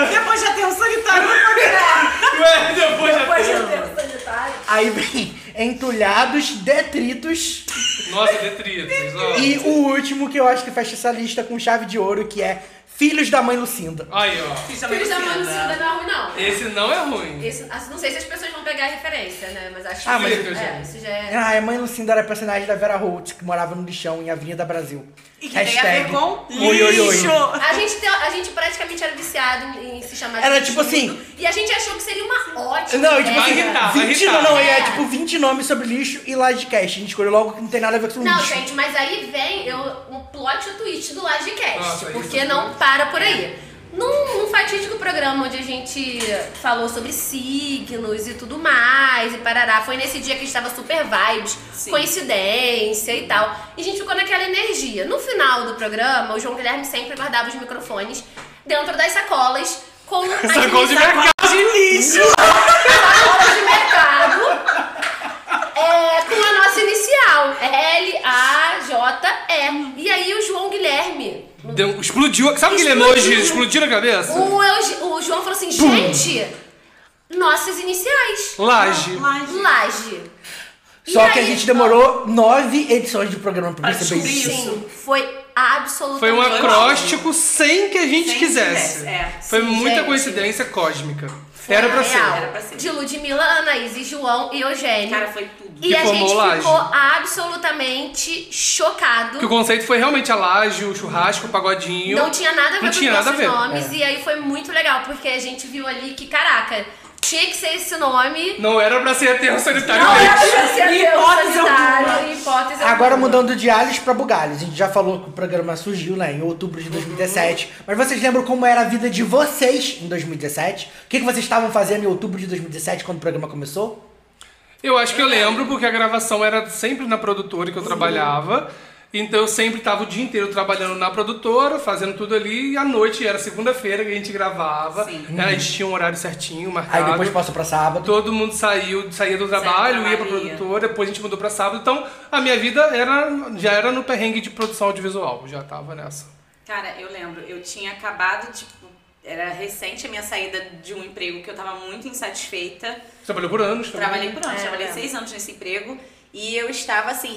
Depois já tem o sanitário. Ué, depois já Depois de tem. um. ter o sanitário. Aí vem entulhados, detritos. Nossa, detritos, ó. E o último que eu acho que fecha essa lista com chave de ouro, que é Filhos da mãe Lucinda. Aí, ó. Filhos tá da mãe Lucinda não é ruim, não. Esse não é ruim. Esse- ah, não sei se as pessoas vão pegar a referência, né? Mas acho Ah, que mas- é, isso já é. Ah, a mãe Lucinda era personagem da Vera Holtz, que morava no lixão em Avenida Brasil. E que tem a ver com Oi, oi, oi. lixo. A gente, te- a gente praticamente era viciado em, em se chamar de Era tipo lixudo, assim- E a gente achou que seria uma ótima. Não, e tipo Vai assim, irritar, vai 20 irritar. não, não, é. É. tipo 20 nomes sobre lixo e livecast. A gente escolheu logo que não tem nada a ver com Não, lixo. gente, mas aí vem eu, um plot twist do Lodcast, Nossa, porque isso é não para por aí. Num, num fatídico programa onde a gente falou sobre signos e tudo mais, e parará, foi nesse dia que a gente tava super vibes, Sim. coincidência e tal. E a gente ficou naquela energia. No final do programa, o João Guilherme sempre guardava os microfones dentro das sacolas com as Sacou de listas- mercado. De lixo. sacola de mercado. É, com a nossa inicial, L-A-J-E. E aí o João Guilherme. Deu- explodiu. Sabe aquele Explodiu. emoji? Explodiu na cabeça? O, Euge- o João falou assim, gente, nossas iniciais. Laje. Laje. E Só que aí, a então? gente demorou nove edições de programa pra perceber descobrir isso. Sim, foi absolutamente... Foi um Foi acróstico sem que a gente Sem que quisesse. quisesse, é. Foi Sim, muita gente. coincidência cósmica. Era pra ser. real. era pra ser. De Ludmilla, Anaís, João e Eugênio. Cara, foi tudo. E Que a formou gente Laje. ficou absolutamente chocado. Que o conceito foi realmente a laje, o churrasco, o pagodinho. Não tinha nada a ver Não com tinha os nada a nossos ver. É. nomes. E aí foi muito legal, porque a gente viu ali que, caraca, tinha que ser esse nome. Não era pra ser aterro sanitário. Não era mesmo. pra ser até o Hipótese sanitário, hipótese Agora alguma. mudando de alhos pra bugalhos. A gente já falou que o programa surgiu, né, em outubro de 2017. Mas vocês lembram como era a vida de vocês em 2017? O que, que vocês estavam fazendo em outubro de 2017 quando o programa começou? Eu acho que eu lembro, porque a gravação era sempre na produtora que eu trabalhava. Então eu sempre tava o dia inteiro trabalhando na produtora, fazendo tudo ali, e à noite era segunda-feira que a gente gravava. Sim. Né, a gente tinha um horário certinho, Aí marcado. depois passou pra sábado. Todo mundo saiu, saía do trabalho, ia pra trabalho, ia. produtora, depois a gente mudou pra sábado. Então, a minha vida era, já era no perrengue de produção audiovisual, já tava nessa. Cara, eu lembro, eu tinha acabado, tipo, era recente a minha saída de um emprego que eu tava muito insatisfeita. Trabalhou por anos também. Trabalhei por anos, É. trabalhei seis anos nesse emprego. E eu estava, assim,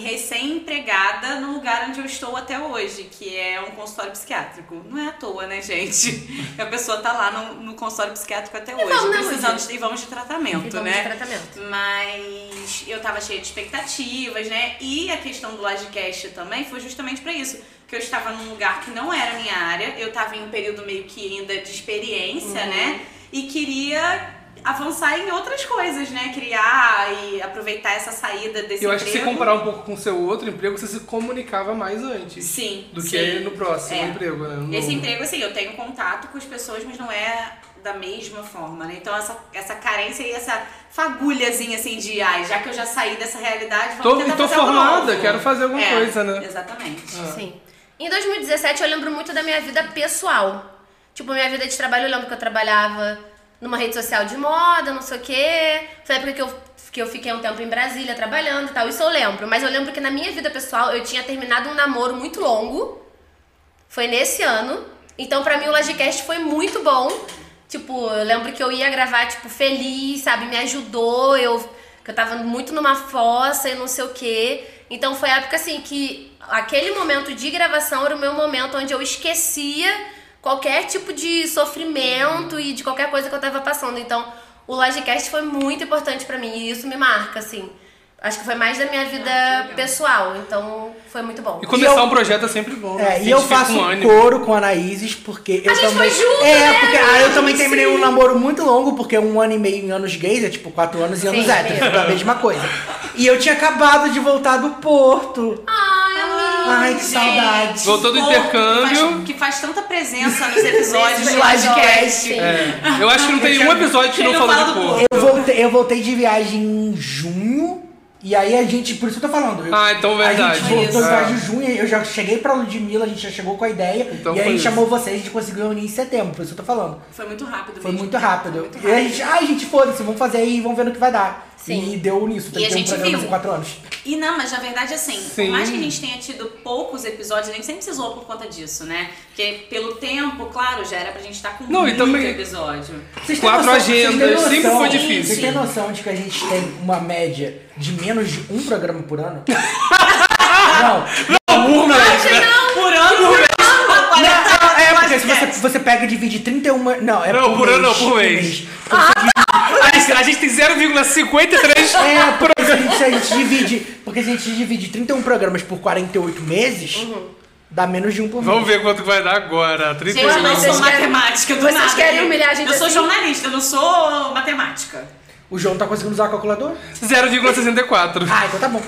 recém-empregada no lugar onde eu estou até hoje, que é um consultório psiquiátrico. Não é à toa, né, gente? A pessoa tá lá no, no consultório psiquiátrico até hoje, vamos, né, precisando Luísa? de, e vamos de tratamento, E vamos né? de Então, tratamento. Mas eu tava cheia de expectativas, né? E a questão do Lodcast também foi justamente pra isso. Que eu estava num lugar que não era a minha área, eu tava em um período meio que ainda de experiência, Uhum. né? E queria avançar em outras coisas, né? Criar e aproveitar essa saída desse Eu acho que se emprego. comparar um pouco com o seu outro emprego, você se comunicava mais antes. Sim, Do sim. que no próximo É. emprego, né? No- Esse emprego, assim, eu tenho contato com as pessoas, mas não é da mesma forma, né? Então essa, essa carência e essa fagulhazinha, assim, de ai, já que eu já saí dessa realidade, vamos Tô- tentar tô fazer algo formada, novo." quero fazer alguma É, coisa, né? Exatamente. Sim. Em 2017 eu lembro muito da minha vida pessoal. Tipo, minha vida de trabalho, eu lembro que eu trabalhava numa rede social de moda, não sei o quê. Foi a época que eu, que eu fiquei um tempo em Brasília trabalhando e tal. Isso eu lembro. Mas eu lembro que na minha vida pessoal eu tinha terminado um namoro muito longo. Foi nesse ano. Então, pra mim, o Lodcast foi muito bom. Tipo, eu lembro que eu ia gravar, tipo, feliz, sabe? Me ajudou, eu, que eu tava muito numa fossa e não sei o quê. Então, foi a época, assim, que aquele momento de gravação era o meu momento onde eu esquecia qualquer tipo de sofrimento e de qualquer coisa que eu tava passando. Então, o Lodcast foi muito importante pra mim e isso me marca, assim. Acho que foi mais da minha vida pessoal. Então, foi muito bom. E começar E eu- um projeto é sempre bom. né? É, Você e eu fica faço com ânimo. coro com a Anaíses, porque eu A gente também. foi junto, é, né, porque ah, eu Anaíses? também terminei um namoro muito longo, porque um ano e meio em anos gays é tipo quatro anos e anos Sim, héteros, mesmo. é a mesma coisa. E eu tinha acabado de voltar do Porto. Ai, amiga. Ai, que saudade. Voltou do Pô, intercâmbio. Que faz, que faz tanta presença nos episódios Nesses do Lodcast. episódios, É. Eu acho que não tem um episódio que Quem não não fala fala de do porco. porco? Eu voltei, eu voltei de viagem em junho. E aí a gente, por isso que eu tô falando. eu- Ah, então verdade. A gente voltou de Isso. viagem em junho, eu já cheguei pra Ludmilla, a gente já chegou com a ideia. Então e aí a foi gente isso. chamou vocês, a gente conseguiu reunir em setembro, por isso que eu tô falando. Foi muito rápido Foi mesmo. muito rápido. E a gente, ai, gente, foda-se, vamos fazer aí, vamos ver no que vai dar. Sim. E deu nisso, tem E que a ter um gente programa viu. de quatro anos. E não, mas na verdade assim, Sim. por mais que a gente tenha tido poucos episódios, a gente sempre precisou por conta disso, né? Porque pelo tempo, claro, já era pra gente estar com Não, e muito também- episódio. Vocês têm Quatro vocês têm agendas, sempre foi difícil. Vocês têm noção de que a gente tem uma média de menos de um programa por ano? não. Não, um mês, né? Por ano, por ano, Não, é, porque se você você pega e divide 31. Não, é Não, por ano não, por mês. Então, você A gente, a gente tem 0,53. É, porque se a, gente, se a gente divide. Porque se a gente divide 31 programas por 48 meses, dá menos de um por mês. Vamos ver quanto que vai dar agora. Gente, eu 38 não Vocês sou querem- matemática do vocês nada. querem humilhar a gente Eu sou assim? jornalista, eu não sou matemática. O João tá conseguindo usar o calculador? 0,64. Ah, então tá bom.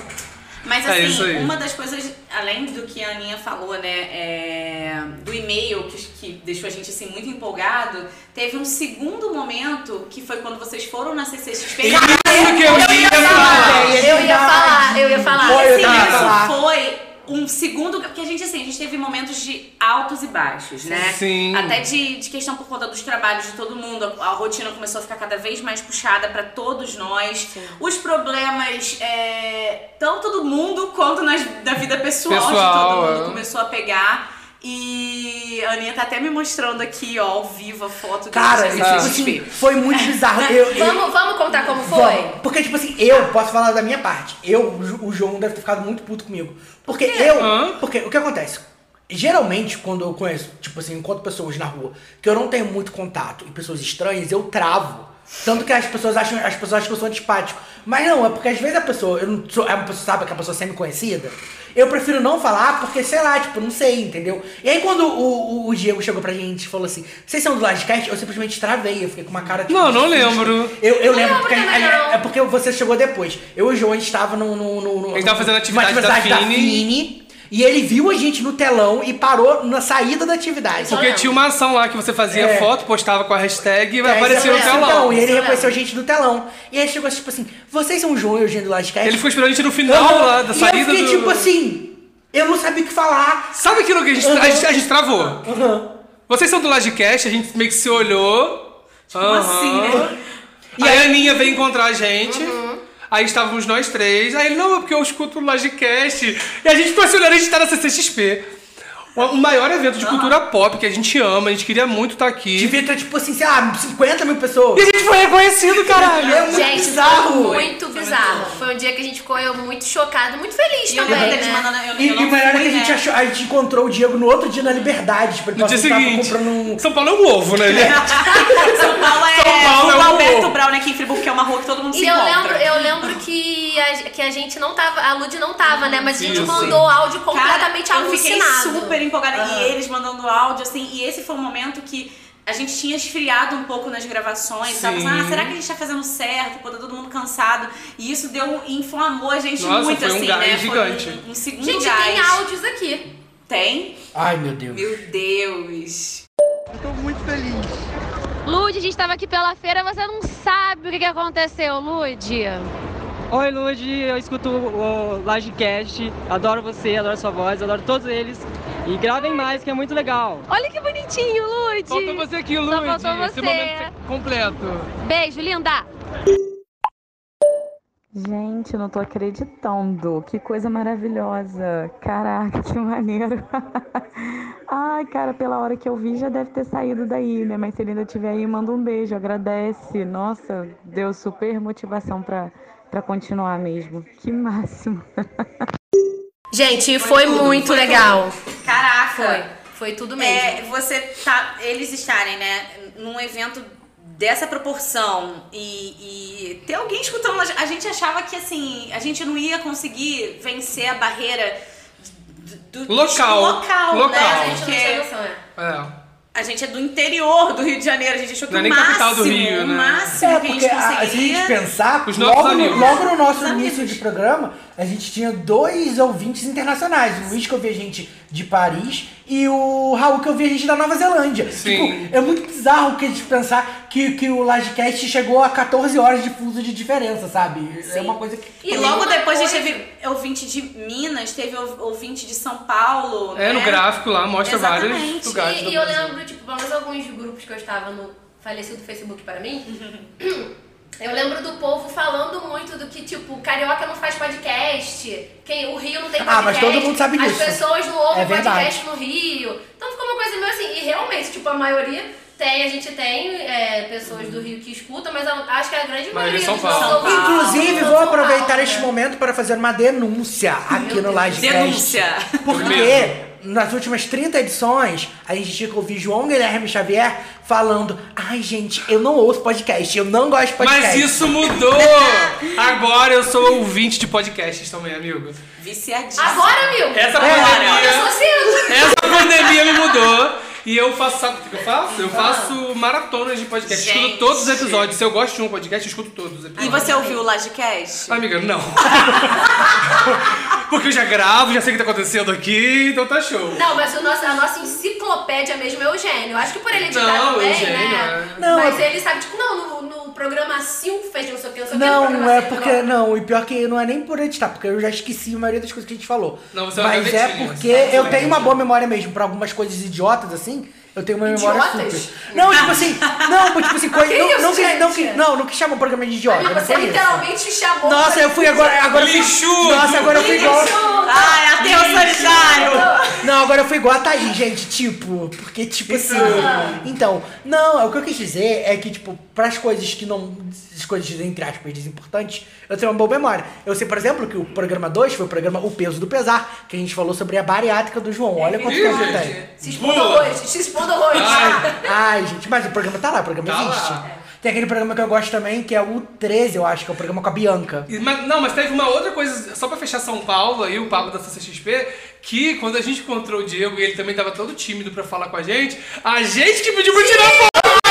Mas É isso assim, aí. uma das coisas, além do que a Aninha falou, né, é, do e-mail que, que deixou a gente assim muito empolgado, teve um segundo momento que foi quando vocês foram na CCXP. Isso que eu ia falar. Eu ia falar, eu ia falar. assim, Foi, tá, eu Sim, tava isso lá. foi um segundo. Porque a gente, assim, a gente teve momentos de altos e baixos, né? Sim. Até de, de questão por conta dos trabalhos de todo mundo. A, a rotina começou a ficar cada vez mais puxada pra todos nós. Os problemas, é, tanto do mundo quanto nas, da vida pessoal, de Pessoal, todo mundo, é. começou a pegar. E a Aninha tá até me mostrando aqui, ó, ao vivo a foto Cara, do tipo assim, foi muito bizarro. Eu, eu- Vamos, vamos contar como foi? Vamos. Porque, tipo assim, eu posso falar da minha parte. Eu, o Jo- o João deve ter ficado muito puto comigo. Porque eu. Hã? Porque o que acontece? Geralmente, quando eu conheço, tipo assim, encontro pessoas na rua que eu não tenho muito contato e pessoas estranhas, eu travo. Tanto que as pessoas acham, as pessoas acham que eu sou antipático. Mas não, é porque às vezes a pessoa, eu não sou, é uma pessoa, sabe que é uma pessoa semi-conhecida. Eu prefiro não falar porque, sei lá, tipo, não sei, entendeu? E aí quando o, o, o Diego chegou pra gente e falou assim, vocês são do Lodcast? Eu simplesmente travei, eu fiquei com uma cara tipo. Não, não de susto. lembro. Eu, eu lembro, lembro porque, a- também, a- não. é porque você chegou depois. Eu e o João, a gente tava no. no, no, no A gente tava fazendo numa atividade da Fini. Fini, E ele viu a gente no telão e parou na saída da atividade. Porque tinha uma ação lá que você fazia É. foto, postava com a hashtag e Aí aparecia no você apareceu telão. E ele Isso eu reconheceu a gente no telão. E aí chegou tipo assim: vocês são o João e o Eugênio do Lascast? Ele ficou esperando a gente no final lá da E eu saída fiquei do... tipo Uhum. assim: eu não sabia o que falar. Sabe aquilo que a gente, a gente, a gente travou? Vocês são do Lodcast, a gente meio que se olhou. Como assim, né? E aí a Aninha veio encontrar a gente. Uhum. Aí estávamos nós três. Aí ele, não, é porque eu escuto o Lodcast. E a gente ficou se olhando, a gente tá na CCXP. O o maior evento de cultura pop que a gente ama, a gente queria muito estar aqui. Devia ter, tipo assim, sei lá, 50 mil E a pessoas. gente foi reconhecido, caralho. É muito Gente, bizarro. foi muito bizarro. Foi um dia que a gente ficou eu, muito chocado, muito feliz E eu lembro também, deles né? mandando. Eu, E, eu e não o melhor é fui, que a gente, né? achou, a gente encontrou o Diego no outro dia na Liberdade. Tipo, ele No dia passou- tava seguinte. comprando um, São Paulo é um ovo, né? Ele- São Paulo é. São Paulo é o o- Alberto Brown aqui em Friburgo, que é uma rua que todo mundo se E eu encontra. lembro, eu lembro que a, que a gente não tava, a Lud não tava, né? Mas a gente Isso. mandou áudio completamente Cara, eu fiquei alucinado. super empolgada. E eles mandando áudio, assim. E esse foi um momento que a gente tinha esfriado um pouco nas gravações. Tava Sim. pensando, ah, será que a gente tá fazendo certo? Pô, tá todo mundo cansado. E isso deu, inflamou a gente Nossa, muito, foi um assim, gás né? gigante. Foi um, um segundo Gente, gás. tem áudios aqui. Tem? Ai, meu Deus. Meu Deus. Lud, a gente tava aqui pela feira, mas você não sabe o que, que aconteceu, Lud. Oi, Lud, eu escuto o Lagecast, adoro você, adoro sua voz, adoro todos eles. E gravem mais, que é muito legal. Olha que bonitinho, Lud. Faltou você aqui, Lud. Só faltou Esse você. momento completo. Beijo, linda. Gente, eu não tô acreditando. Que coisa maravilhosa. Caraca, que maneiro. Ai, cara, pela hora que eu vi, já deve ter saído daí, né? Mas se ele ainda estiver aí, manda um beijo, agradece. Nossa, deu super motivação pra, pra continuar mesmo. Que máximo. Gente, foi, tudo, muito foi legal. Caraca. Foi. Foi tudo mesmo. É, você tá. Eles estarem, né, num evento dessa proporção e, e ter alguém escutando. A gente achava que assim, a gente não ia conseguir vencer a barreira do, do- Local. do local, Local. né? A gente não tinha Porque noção, é. É. a gente é do interior do Rio de Janeiro, a gente achou que Não o é nem capital máximo, do Rio, o né? máximo É, que a porque gente a, a gente conseguiria. pensar, Os nossos logo, no- amigos. logo no nosso Amigos. início de programa, a gente tinha dois ouvintes internacionais. O Luiz que ouvia a gente de Paris e o Raul que ouvia a gente da Nova Zelândia. Sim. Tipo, é muito bizarro que a gente pensar que, que o Livecast chegou a 14 horas de fuso de diferença, sabe? É uma coisa que... E E logo tem uma depois a coisa- gente teve ouvinte de Minas, teve ou- ouvinte de São Paulo. É, no né? gráfico lá mostra vários Exatamente. lugares. do E, e eu Brasil. lembro, tipo, pelo menos alguns grupos que eu estava no falecido Facebook para mim. Eu lembro do povo falando muito do que, tipo, carioca não faz podcast, quem, o Rio não tem podcast. Ah, mas todo mundo sabe disso. As pessoas não ouvem É verdade. podcast no Rio. Então ficou uma coisa meio assim. E realmente, tipo, a maioria tem, a gente tem é, pessoas do Rio que escutam, mas a- acho que a grande Maioria é maioria, São dos Paulo. nossos ouvintes Inclusive, são vou São Paulo, aproveitar né? este momento para fazer uma denúncia aqui no Livecast. Denúncia. Porque Mesmo. nas últimas 30 edições, a gente tinha que ouvir João Guilherme Xavier falando: Ai, gente, eu não ouço podcast, eu não gosto de podcast. Mas isso mudou! Agora eu sou ouvinte de podcasts também, amigo. Viciadíssimo. Agora, amigo! É, Essa Agora, pandemia- agora eu sou assim. Essa pandemia me mudou. E eu faço, sabe o que eu faço? Eu faço maratonas de podcast. Eu Gente. Escuto todos os episódios. Se eu gosto de um podcast, eu escuto todos os episódios. E você ouviu o Lajcast? Amiga, não. Porque eu já gravo, já sei o que tá acontecendo aqui, então tá show. Não, mas o nosso, a nossa enciclopédia mesmo é o Eugênio. Acho que por ele editar Não, é também, Eugênio, né? é. Não, mas ele sabe, tipo, não, no, no programa 5 fez não sei o que, não sei o que. Não, no não programa é cinco, porque. Não, e pior que não é nem por editar, porque eu já esqueci a maioria das coisas que a gente falou. Não, você é uma Mas é gavetinha, porque você é uma eu gavetinha. tenho uma boa memória mesmo, pra algumas coisas idiotas assim. Eu tenho uma memória Idiotas? super. Não, tipo assim, não, tipo assim, coisa, Que não, isso, não, que, não, que, gente? não, não que chama o programa de idiota, Amigo, não você foi isso. literalmente me chamou. Nossa, pra- eu fui agora, agora eu Lixudo! fui, Nossa, agora eu fui igual. Lixudo! Ai, adeus, solidário! Não, agora eu fui igual a Thaís, gente. Tipo, porque, tipo assim. Então, não, o que eu quis dizer é que, tipo, pras coisas que não. As coisas, entre aspas, desimportantes, eu tenho uma boa memória. Eu sei, por exemplo, que o programa 2 foi o programa O Peso do Pesar, que a gente falou sobre a bariátrica do João. Olha quanto tempo eu tenho. Se expondo hoje, se expondo hoje. Ai, gente, mas o programa tá lá, o programa Tá lá. existe. Tem aquele programa que eu gosto também, que é o 13, eu acho, que é o programa com a Bianca. E- Mas, não, mas teve uma outra coisa, só pra fechar São Paulo aí, o papo da CCXP, que quando a gente encontrou o Diego e ele também tava todo tímido pra falar com a gente, a gente que pediu pra tirar foto! É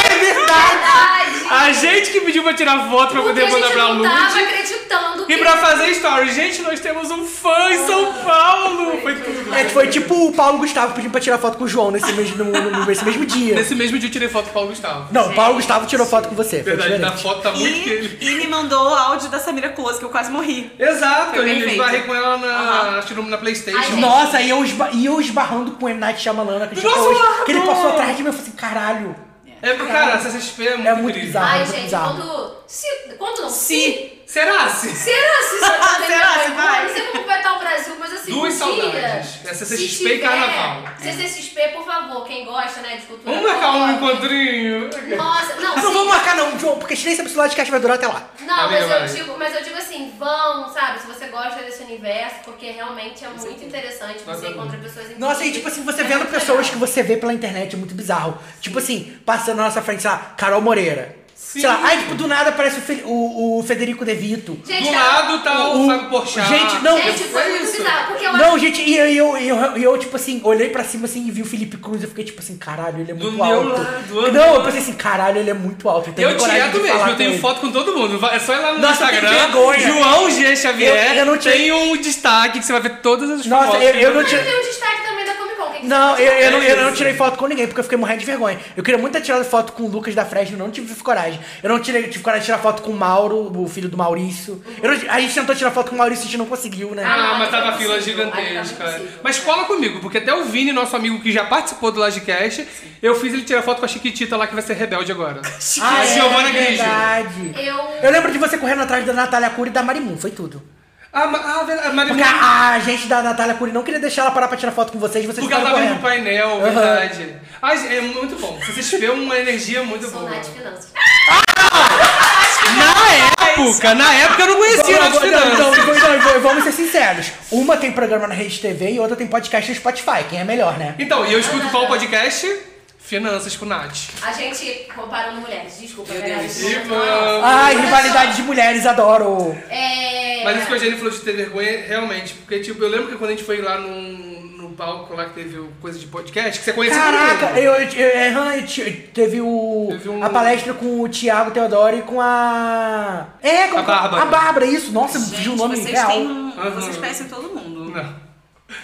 Verdade. A gente que pediu pra tirar foto pra Porque poder a gente mandar pra não Lud. tava acreditando que... E pra fazer stories, gente, nós temos um fã em São Ah. Paulo! Foi tudo. É, foi tipo o Paulo Gustavo pedindo pra tirar foto com o João nesse mesmo, no- no- nesse mesmo dia. Nesse mesmo dia eu tirei foto com o Paulo Gustavo. Não, o Paulo Gustavo tirou foto com você. Foi Verdade, diferente. na foto tá muito que ele. E, e me mandou o áudio da Samira Close, que eu quase morri. Exato, Foi eu bem feito. esbarrei com ela na, acho que na Playstation. Ai, gente. Nossa, e eu, esba- e eu esbarrando com o M. Night Shyamalan, acredito Nossa, hoje, Eduardo! que ele passou atrás de mim, eu falei assim, caralho. É, porque, cara, a CCXP é muito, É muito incrível. bizarro. Ai, muito gente, bizarro. quando... Se... Quando não? Se. Será? Se... Será se isso vai fazer Será se minha vai? memória? Não sei como vai estar o Brasil, mas assim, Duas um dia, saudades. É CCXP se tiver- e carnaval. CCXP, por favor, quem gosta, né, de cultura. Vamos marcar um pop. encontrinho? Nossa, não, Assim? Ah, não sim. vamos marcar não, João, porque a gente nem sabe se o podcast vai durar até lá. Não, Amiga, mas eu, vai. digo, mas eu digo assim, vão, sabe, se você gosta desse universo, porque realmente é muito interessante, você encontra pessoas incríveis. Nossa, e tipo assim, você vendo pessoas que você vê pela internet é muito bizarro. Tipo assim, passando na nossa frente, sei lá, Carol Moreira. Sim. Sei lá, aí tipo, do nada aparece o, Fe- o- o Federico De Vito. Gente, Do tá- lado tá o, O- Fábio Porchat. Gente, não. Gente, isso é Foi muito isso. bizarro, porque eu acho Não, gente, e eu, e eu, e eu, e eu, tipo assim, olhei pra cima assim e vi o Felipe Cruz, eu fiquei tipo assim, caralho, ele é Do muito meu alto. lado, ando- não, eu pensei assim, caralho, ele é muito alto. tenho Eu coragem de direto mesmo, falar eu tenho com ele. foto com todo mundo. Vai- É só ir lá no Nossa, eu tenho Instagram. vergonha. João G. Xavier. Eu- eu não tinha- Tem um destaque que você vai ver todas as Nossa, fotos. eu, eu não que tirei. tem um destaque também da Comic Con. que é que Não, você eu, gosta? eu não, é eu não tirei foto com ninguém, porque eu fiquei morrendo de vergonha. Eu queria muito ter tirado foto com o Lucas da Fresno, não tive coragem. Eu não tirei, tive coragem de tirar foto com o Mauro, o filho do Maurício. Eu não- a gente tentou tirar foto com o Maurício e a gente não conseguiu, né? Ah, Ah, mas tava não a é fila possível. gigantesca. Ah, não é possível. mas cola comigo, porque até o Vini, nosso amigo que já participou do Lagecast, eu fiz ele tirar foto com a Chiquitita lá que vai ser rebelde agora. a Giovana Grigio. é verdade. Eu- Ah, Eu lembro de você correndo atrás da Natália Cury e da Marimun, foi tudo. Ah, ma- ah, ver- a Marimun. Porque a, a gente da Natália Cury não queria deixar ela parar pra tirar foto com vocês, vocês Porque ela ficaram tava no tá correndo. painel, verdade. Ah, é muito bom. Se Vocês vê uma energia muito Sou boa. Nath Finanças. Na época, na época eu não conhecia Nath Não, Finanças. não, não, não, não, Então, vamos ser sinceros. Uma tem programa na Rede TV e outra tem podcast no Spotify. Quem é melhor, né? Então, e eu escuto qual podcast? Finanças com Nath. A gente comparando mulheres, desculpa, é galera. E desculpa. vamos. Ai, rivalidade de mulheres, adoro. É... Mas isso que o Eugênio falou de ter vergonha, realmente. Porque, tipo, eu lembro que quando a gente foi lá num, num palco lá que teve o coisa de podcast, que você conhecia todo Caraca, é- mundo. eu, eu, eu- aham, eu te- eu- teve o. Teve um- A palestra com o Thiago Teodoro e com a. É, com A Bárbara. A Bárbara, isso. Nossa, me fugiu o Gente, nome vocês real. têm um... Aham. Vocês conhecem todo mundo. Não.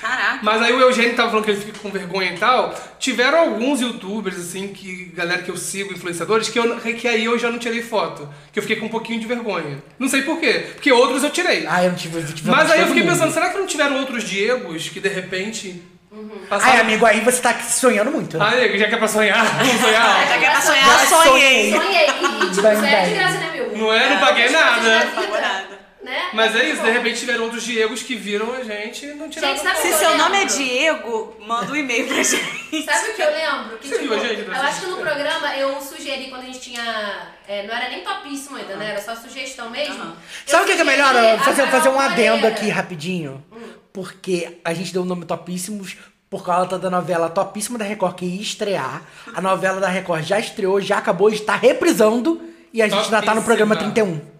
Caraca. Mas aí o Eugênio tava falando que ele fica com vergonha e tal. Tiveram alguns youtubers, assim, que galera que eu sigo, influenciadores, que, eu, que aí eu já não tirei foto. Que eu fiquei com um pouquinho de vergonha. Não sei por quê. Porque outros eu tirei. Ah, eu não tive. eu tive Mas aí eu todo fiquei mundo. pensando, será que não tiveram outros Diegos que de repente passaram... Ai, amigo, aí você tá sonhando muito. né? Ah, nego, já que é pra sonhar, vamos sonhar. Já que é pra sonhar, Já sonhei. Sonhei. E, e tipo, Bem, isso é de bem. graça, né, meu? Não é? Não paguei nada. Não pagou nada. Né? Mas é isso, de repente tiveram outros Diegos que viram a gente e não tiraram Gente, sabe Se Eu seu nome é lembro. Diego, manda um e-mail pra gente. Sabe o que eu lembro? Que, Você tipo, viu a gente eu nessa acho que no programa eu sugeri quando a gente tinha. é, não era nem topíssimo ainda, né? Era só sugestão mesmo. Aham. Eu Sabe o que é que é sugeri melhor? a Fazer, Carol fazer um adendo Moreira. aqui rapidinho. Porque a gente deu o um nome topíssimos Por causa da novela topíssima da Record que ia estrear. A novela da Record já estreou, já acabou, está reprisando. E a gente ainda tá no programa Topíssima. 31.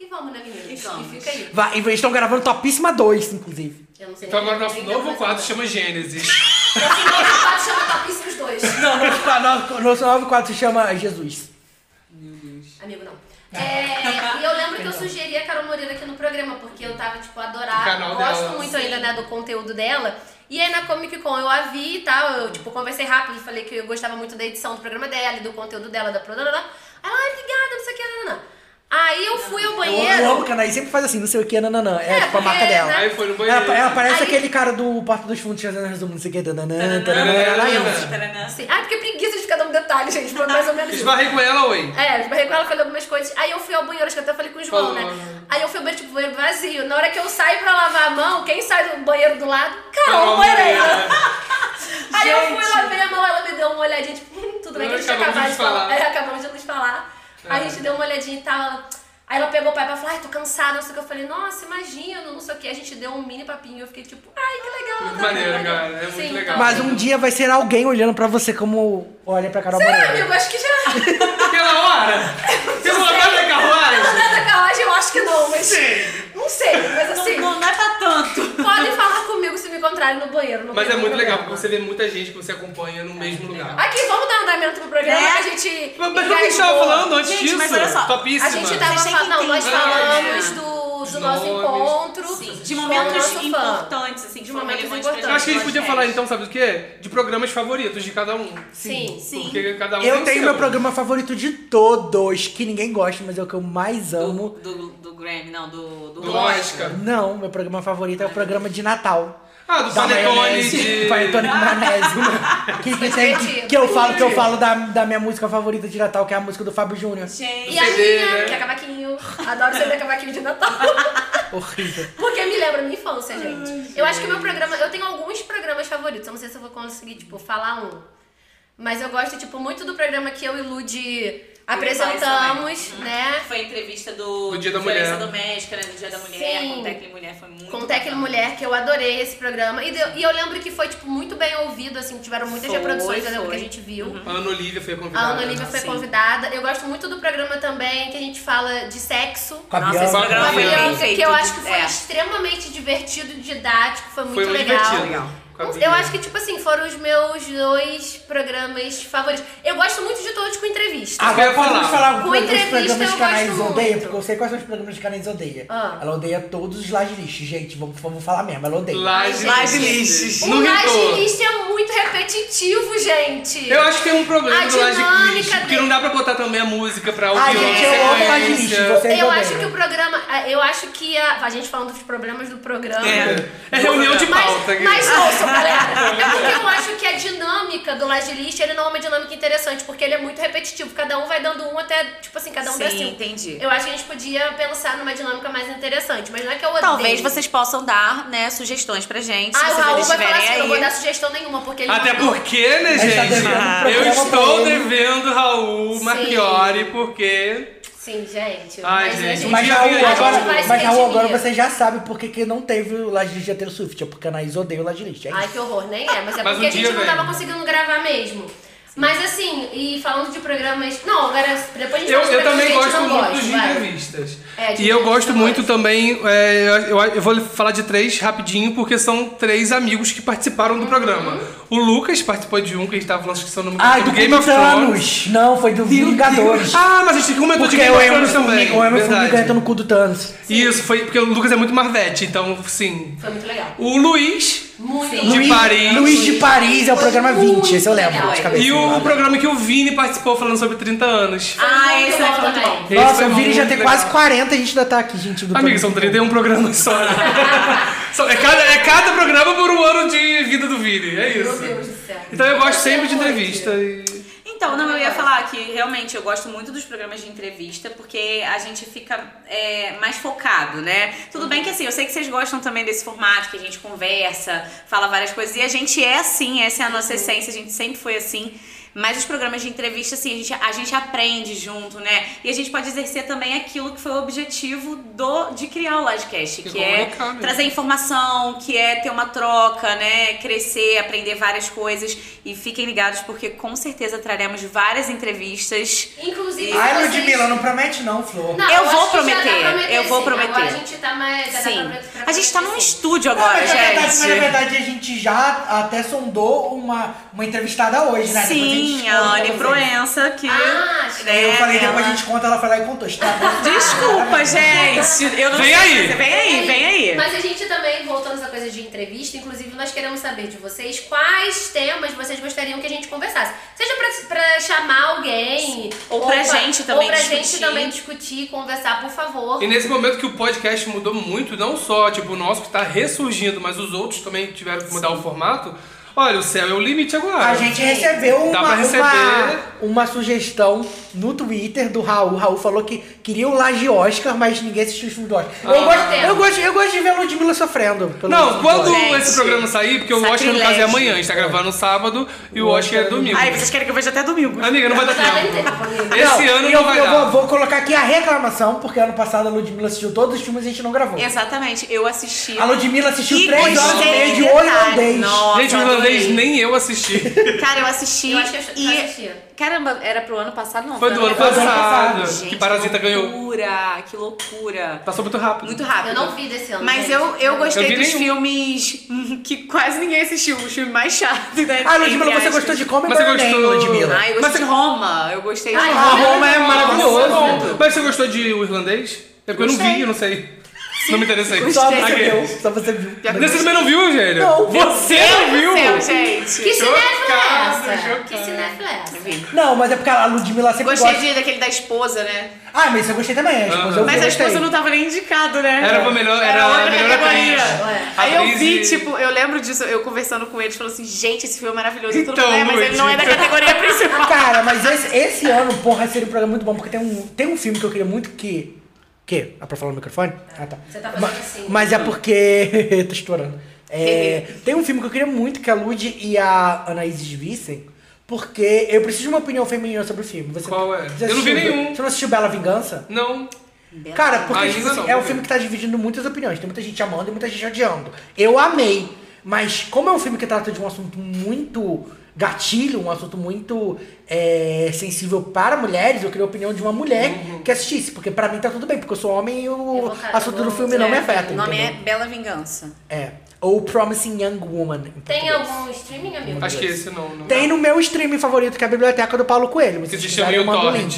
E vamos, né, menina? E fica aí. Vai, e eles estão gravando Topíssima 2, inclusive. Eu não sei. é Então agora nosso novo quadro chama Gênesis. Esse novo quadro chama Topíssimos dois. Não, nosso, qua- nosso, nosso novo quadro se chama Jesus. Amigo, não. É, e eu lembro que eu sugeri a Carol Moreira aqui no programa, porque eu tava, tipo, O adorava. canal Gosto dela. muito ainda, né, do conteúdo dela. E aí na Comic Con eu a vi e tal, eu, tipo, conversei rápido, falei que eu gostava muito da edição do programa dela e do conteúdo dela, da produtora. Ela, ah, obrigada, não sei o que, não, não, não. Aí eu fui ao banheiro. Eu amo o Canaí, sempre faz assim, não sei o que, nananã. É, tipo a porque, marca dela. né? Aí foi no banheiro. Ela, ela parece Aí- aquele cara do Porta dos Fundos fazendo resumo, não sei o que, nananã, nananã, É, né? Taranã. nananã. Assim, ah, porque preguiça de ficar dando detalhe, gente. Foi mais ou menos isso. Esbarrei com ela, oi. É, esbarrei com ela, falei algumas coisas. Aí eu fui ao banheiro, acho que eu até falei com o João, Falou. né? Aí eu fui ao banheiro, tipo, banheiro vazio. Na hora que eu saio pra lavar a mão, quem sai do banheiro do lado? Ah, Carol Carol é Moreira. Moreira. Aí eu fui, lavei a mão, ela me deu uma olhadinha, tipo, hum, tudo bem que a gente Acabamos acabou de de falar. falar. É, acabamos de nos falar. Aí a gente deu uma olhadinha e tal. ela- Aí ela pegou o pai pra falar, ai, tô cansada, não sei o que. Eu falei, nossa, imagina, não sei o que. A gente deu um mini papinho. Eu fiquei tipo, ai, que legal. Muito tá maneiro, vendo?" cara, é muito Sim, legal. então- Mas um dia vai ser alguém olhando pra você como olha pra Carol Será, Moreira. amigo? Acho que já. Pela hora. Pela hora da Pelo carruagem. andar da tá carruagem, eu acho que não, mas. Não sei, mas assim. Não, não é pra tanto. Podem falar comigo se me encontrarem no banheiro. não Mas é tem muito legal, problema. porque você vê muita gente que você acompanha no mesmo lugar. Aqui, vamos dar andamento pro programa Né? que a gente. Mas mas o que a gente tava engasgou. falando antes Gente, disso? mas olha só, Topíssima. A gente tava Vocês têm que falando. Não, nós entender. né? falamos do, do nosso nomes. encontro. De com o momentos nosso fã. importantes, assim, de momentos importantes. Eu acho que a gente podia falar então, sabe do quê? De programas favoritos de cada um. Sim, sim. Porque cada um tem Eu o tenho seu. meu programa favorito de todos, que ninguém gosta, mas é o que eu mais Do, amo. do, do Grammy, não, do... então, Do, Do Oscar. Não, meu programa favorito é o programa de Natal. Ah, do Da Panetone maionese. de... Panetone com maionese. Que, que, tem- é que, que eu falo, que eu falo da, da minha música favorita de Natal, que é a música do Fábio Júnior. E a CD, minha, né? que é cavaquinho. Adoro CD cavaquinho de Natal. Horrível. Porque me lembra a minha infância, gente. eu acho que o meu programa. Eu tenho alguns programas favoritos. Eu não sei se eu vou conseguir, tipo, falar um. Mas eu gosto, tipo, muito do programa que eu e Lud apresentamos, Uhum. né? Foi a entrevista do... Do Dia da Violência Mulher. doméstica, né, do Dia da Mulher, Sim. com o Tecla e Mulher, foi muito Com Tecla e bacana. Mulher, que eu adorei esse programa. E, deu- e eu lembro que foi, tipo, muito bem ouvido, assim, tiveram muitas Foi, reproduções, eu lembro foi. Uhum. que a gente viu. A Ana Olivia foi a convidada. A Ana Olivia foi Sim. convidada. Eu gosto muito do programa também, que a gente fala de sexo. Com a Nossa, é esse Bianca. programa foi Bianca, bem Maravilhosa, feito. que eu acho que foi É. extremamente divertido, didático, foi muito Foi muito legal. divertido. Legal. Com a Eu Bia. acho que, tipo assim, foram os meus dois programas favoritos. Eu gosto muito de todos com entrevista. Agora Eu ia podemos falar. falar Com os entrevista programas eu que a Anaís gosto odeia, muito. porque eu sei quais são os programas que a Anaís odeia. Ah. Ela odeia todos os lagiristas, gente, vamos, vamos falar mesmo, ela odeia. Laje Laje Lixes. O No Rio. Um Laje é muito repetitivo, gente. Eu acho que tem um problema A do Laje dinâmica Lixes. Porque dele- não dá pra botar também a música pra ouvir Ai, uma gente, eu amo é laje lixo, sequência. Tá vocês Eu odeiam. né? acho que o programa. é, Eu acho que a. A gente falando dos problemas do programa. É reunião de Mas, pauta. aqui. mas ouçam, galera. É porque eu acho que a dinâmica do Lagilista, ele não é uma dinâmica interessante, porque ele é muito repetitivo. Cada um vai dando um até, tipo assim, cada um dá Sim, cinco. entendi. Eu acho que a gente podia pensar numa dinâmica mais interessante, mas não é que eu odeio. Talvez vocês possam dar, né, sugestões pra gente, se Ah, o vocês Raul vai estiverem falar assim, eu não vou aí. dar sugestão nenhuma, porque ele Até mandou. porque, né, gente tá gente? devendo um eu programa estou pra ele. devendo Raul Sim. Marchiori, porque. Sim, gente. Ai, mas a gente, gente, um Mas dia Raul, vem aí, agora, a gente vai se mas, Raul, agora redimir. você já sabe por que que não teve o lagirista ter o Swift, é porque a Anaís odeia o lagirista. é Ai, isso. que horror, nem é, mas é Mas porque um a gente dia não vem. tava conseguindo gravar mesmo. Mas assim, e falando de programas. Não, agora depois a gente Eu, fala de eu programas também que a gente gosto não muito gosta, de vai. entrevistas. É, de e eu entrevista gosto eu muito gosto. também. é, eu, eu vou falar de três rapidinho, porque são três amigos que participaram Uhum. do programa. O Lucas participou de um que a gente tava falando que são no Ai, do do Game of Thrones. Thanos! Então, Não, foi do Vingadores. Ah, mas a gente comentou de Porque Game o of Thrones Emerson também. Formiga- o Emerson Formiga Verdade. entra no cu do Thanos. Isso, foi porque o Lucas é muito Marvete, então sim. Foi muito legal. O Luiz Muito De Luiz, Paris. Luiz de Paris é o Foi programa muito 20, esse eu lembro legal, de é. cabeça. e o programa que o Vini participou falando sobre 30 anos. Ah, Muito esse bom vai foi muito também. bom. Esse Nossa, foi o Vini muito já tem legal. quase 40, a gente ainda tá aqui, gente. Do Amigo, né? são Thanos. 31 programas só. né? São- é, cada, é cada programa por um ano de vida do Vini, é Meu isso. Deus do céu. Então eu gosto sempre de Muito. entrevista. e- Então, não, eu Uhum. ia falar que realmente eu gosto muito dos programas de entrevista, porque a gente fica é, mais focado, né? Tudo bem que assim, eu sei que vocês gostam também desse formato, que a Uhum. gente conversa, fala várias coisas, e a gente é assim, essa é a nossa essência, a gente sempre foi assim. Mas os programas de entrevista, assim, a gente, a gente aprende junto, né? E a gente pode exercer também aquilo que foi o objetivo do, de criar o Lodcast, que, é comunicar mesmo. trazer informação, que é ter uma troca, né? Crescer, aprender várias coisas. E fiquem ligados, porque com certeza traremos várias entrevistas. Inclusive, Ai, Ludmilla, não promete não, Flor. Não, eu vou prometer, eu vou prometer. Agora a gente tá é mais. já dá Sim. pra prometer. A gente tá num estúdio agora, mas, na verdade, mas na gente. verdade a gente já até sondou uma, uma entrevistada hoje, né? Depois gente Sim, conta a pra Anne vocês. Ah, Proença, que. né, Eu falei, depois a ela- gente conta, ela foi lá e contou. Está Tá Desculpa, gente. Eu não Vem sei, aí. mas Vem aí, vem aí. Mas a gente também, voltando essa coisa de entrevista, inclusive nós queremos saber de vocês quais temas vocês gostariam que a gente conversasse. Seja pra, pra chamar alguém, Ou pra gente também ou pra gente discutir. também discutir, conversar, por favor. E nesse momento que o podcast mudou muito, não só tipo, o nosso que tá ressurgindo, mas os outros também tiveram que mudar o formato. Olha, o céu é o limite agora. A gente recebeu Dá uma, pra receber. uma, uma sugestão no Twitter do Raul. Raul falou que queria o Laje Oscar, mas ninguém assistiu os filmes do Oscar. Eu, Ah. gosto, eu, gosto, eu gosto de ver a Ludmilla sofrendo. pelo Não, filme do quando Oscar. esse programa sair, porque o Oscar no caso é sacrilégio. amanhã, a gente tá gravando sábado e o Oscar é domingo. Ai, vocês querem que eu veja até domingo. Amiga, não vai dar tempo. Esse Não, ano eu, não vai eu dar. Vou, vou colocar aqui a reclamação, porque ano passado a Ludmilla assistiu todos os filmes e a gente não gravou. Exatamente, eu assisti. A Ludmilla assistiu E três horas e gostei meia de detalhe. holandês. Nossa, gente, o irlandês adorei. nem eu assisti. Cara, eu assisti. Eu acho que eu e... assisti. Caramba, era pro ano passado, não? Foi do ano passado, que Parasita Que ganhou. loucura, que loucura. Passou Tá muito rápido. Muito rápido. Eu não vi desse ano, Mas gente. eu, eu gostei Eu vi dos nenhum. filmes que quase ninguém assistiu. Os filmes mais chatos, né? Ah, Ludmilla, Entre você aspas. gostou de Come Mas você By Your Name, gostou- Ludmilla? Ah, eu gostei de Roma. Eu gostei de Ah, Roma. Roma é Nossa. maravilhoso. Mas você gostou de o irlandês? É porque eu não Gostei. vi, eu não sei. Não me interessei. Só Ok. você viu, só você viu. Você também não viu, Eugênia? Não. Você não Meu viu? Deus do céu, gente. Que cinéfila é Chocado, essa? Que cinéfila é essa? Não, mas é porque a Ludmilla sempre Gostei gosta... de, daquele da esposa, né? Ah, mas isso eu gostei também. A esposa, eu Mas a gostei. esposa não tava nem indicado, né? Era pra melhor- era outra a melhor categoria. atriz. Ué. Aí eu Atriz vi, e- tipo, eu lembro disso, eu conversando com eles, falando assim, gente, esse filme é maravilhoso. Então, Então, mundo é, mas ele Luiz. não é da categoria principal. Cara, mas esse, esse ano, porra, seria um programa muito bom, porque tem um, tem um filme que eu queria muito que. Que? É pra falar no microfone? Ah, tá. Você tá fazendo Ma- assim. Mas é porque. tô estourando. É, tem um filme que eu queria muito que a Lud e a Anaís vissem, porque eu preciso de uma opinião feminina sobre o filme. Você, Qual é? você Eu não vi assistiu- nenhum. Você não assistiu Bela Vingança? Não. Cara, porque Ainda tipo, assim, não, né? é um porque- filme que tá dividindo muitas opiniões. Tem muita gente amando e muita gente odiando. Eu amei, mas como é um filme que trata de um assunto muito gatilho, um assunto muito é, sensível para mulheres, eu queria a opinião de uma mulher Uhum. que assistisse. Porque pra mim tá tudo bem, porque eu sou homem e o vou- assunto do filme não me afeta. O nome é entendeu? Bela Vingança. É. Ou Promising Young Woman. em Tem português. algum streaming, amigo? Acho que esse não. não. Tem no meu streaming favorito, que é a Biblioteca do Paulo Coelho. mas Que se se quiserem, chama eu mando o Torrent.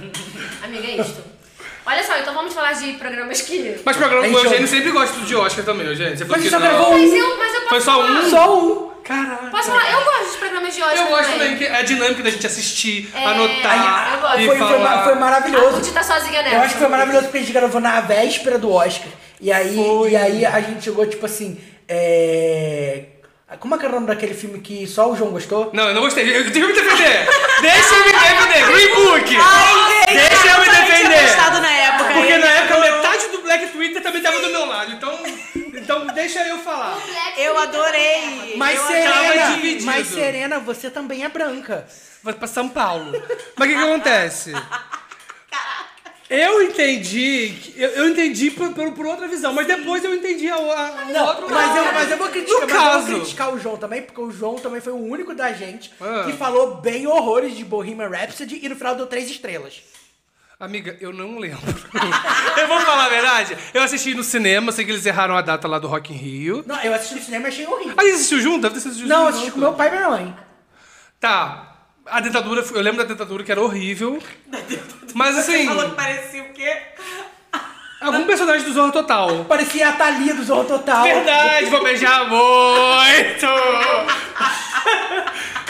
link. Amiga, é isto. Olha só, então vamos falar de programas que. Mas programa, Aí, o Eugênio show. sempre gosta de Oscar também, Eugênio. Você falou Mas que só não. gravou um. Mas eu, mas eu posso Foi só falar. um? Só um. Caraca. Posso falar? Eu gosto dos programas de Oscar. Eu gosto também, que é a dinâmica da gente assistir, É, anotar eu gosto. e Foi, foi falar. ma- foi Ah, A maravilhoso. Ruth tá sozinha nessa. Eu acho que foi maravilhoso porque a gente gravou na véspera do Oscar. E aí, e aí a gente chegou, tipo assim. É... Como é que era o nome daquele filme que só o João gostou? Não, eu não gostei. Eu- Deixa eu me defender. Deixa eu me defender. Green Book. Deixa eu me tinha defender. gostado na época. Porque hein? na época metade do Black Twitter também tava do meu lado. Então, então deixa eu falar. é Eu adorei. Mas eu tava Serena, dividido. mas Serena, você também é branca. Vai pra São Paulo. Mas o que, que acontece? Eu entendi, que- eu, eu entendi por, por- por outra visão, mas depois eu entendi a, a- o outro mas lado. eu, mas eu vou criticar, No mas eu vou caso. criticar o João também, porque o João também foi o único da gente Ah. que falou bem horrores de Bohemian Rhapsody e no final deu três estrelas. Amiga, eu não lembro. eu vou falar a verdade. Eu assisti no cinema, sei que eles erraram a data lá do Rock in Rio. Não, eu assisti no cinema e achei horrível. A gente assistiu junto? Deve ter assistido junto. Não, eu assisti com meu pai e minha mãe. Tá. A dentadura, eu lembro da dentadura que era horrível. Mas assim, Falou que parecia o quê? algum personagem do Zorro Total. Parecia a Thalia do Zorro Total. Verdade, vou beijar muito!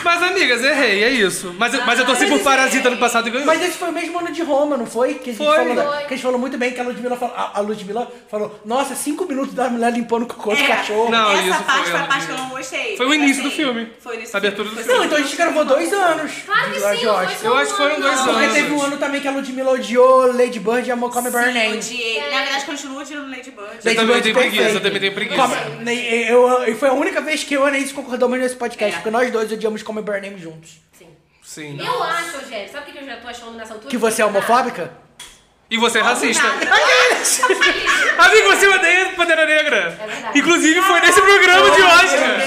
Mas, amigas, errei, é isso. Mas, eu- mas eu Ah, torci por Parasita no passado e ganhou. Mas esse foi o mesmo ano de Roma, não foi? Que a gente, Foi. falou, da- Foi. que a gente falou muito bem que a Ludmilla falou, a, a Ludmilla falou nossa, cinco minutos da mulher limpando o cocô do É. cachorro. Não, Essa isso parte foi foi a ótimo. parte que eu não gostei. Foi o Mas, início assim, do filme. Foi o início A abertura do Foi filme. só- Não, então a gente gravou dois anos. Claro que de lá sim, de não Oscar. foi só Eu um acho que foram ano, dois não. anos. Porque teve um ano também que a Ludmilla odiou Lady Bird e amou Come Burn Sim, Name. odiei. É. Na verdade, continua tirando Ladybird. Eu Lady também Bird tenho preguiça, perfeito. eu também tenho preguiça. Come- ne- eu, eu- foi a única vez que eu e a Anaís concordamos nesse podcast, É. porque nós dois odiamos Come Burn Name juntos. Sim. Sim. Eu acho, Eugênio, sabe o que eu já tô achando nessa altura? Que você é Tá. homofóbica? E você é racista. Nada. Amigo, você odeia Pantera Negra. É verdade. Inclusive, foi nesse programa de Oscar.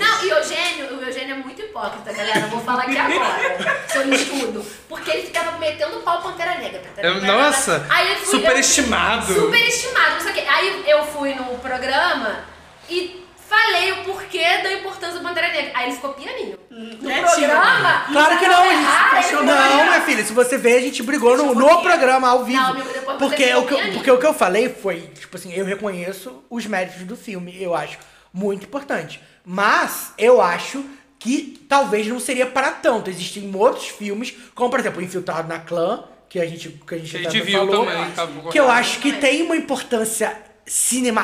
Não, e o Eugênio, o Eugênio é muito hipócrita, galera. Eu vou falar aqui agora. Sobre escudo. Porque ele ficava metendo pau Pantera Negra. Pantera É, Negra. nossa, Aí eu fui- superestimado. eu- Superestimado, não sei o quê. Aí eu fui no programa e falei o porquê da importância do Pantera Negra. Aí ele ficou pianinho. No programa? Né, Claro que não, gente. Ah, ele ficou não, é pianinho. minha filha, se você ver, a gente brigou no, no programa ao vivo. Não, amigo, depois porque, você o ficou que, eu- pianinho. porque o que eu falei foi, tipo assim, eu reconheço os méritos do filme, eu acho muito importante. Mas eu acho que talvez não seria para tanto. Existem outros filmes, como por exemplo, Infiltrado na Clã, que a gente que a gente, Que a até gente viu falou, também, acabou que eu correndo. acho que tem uma importância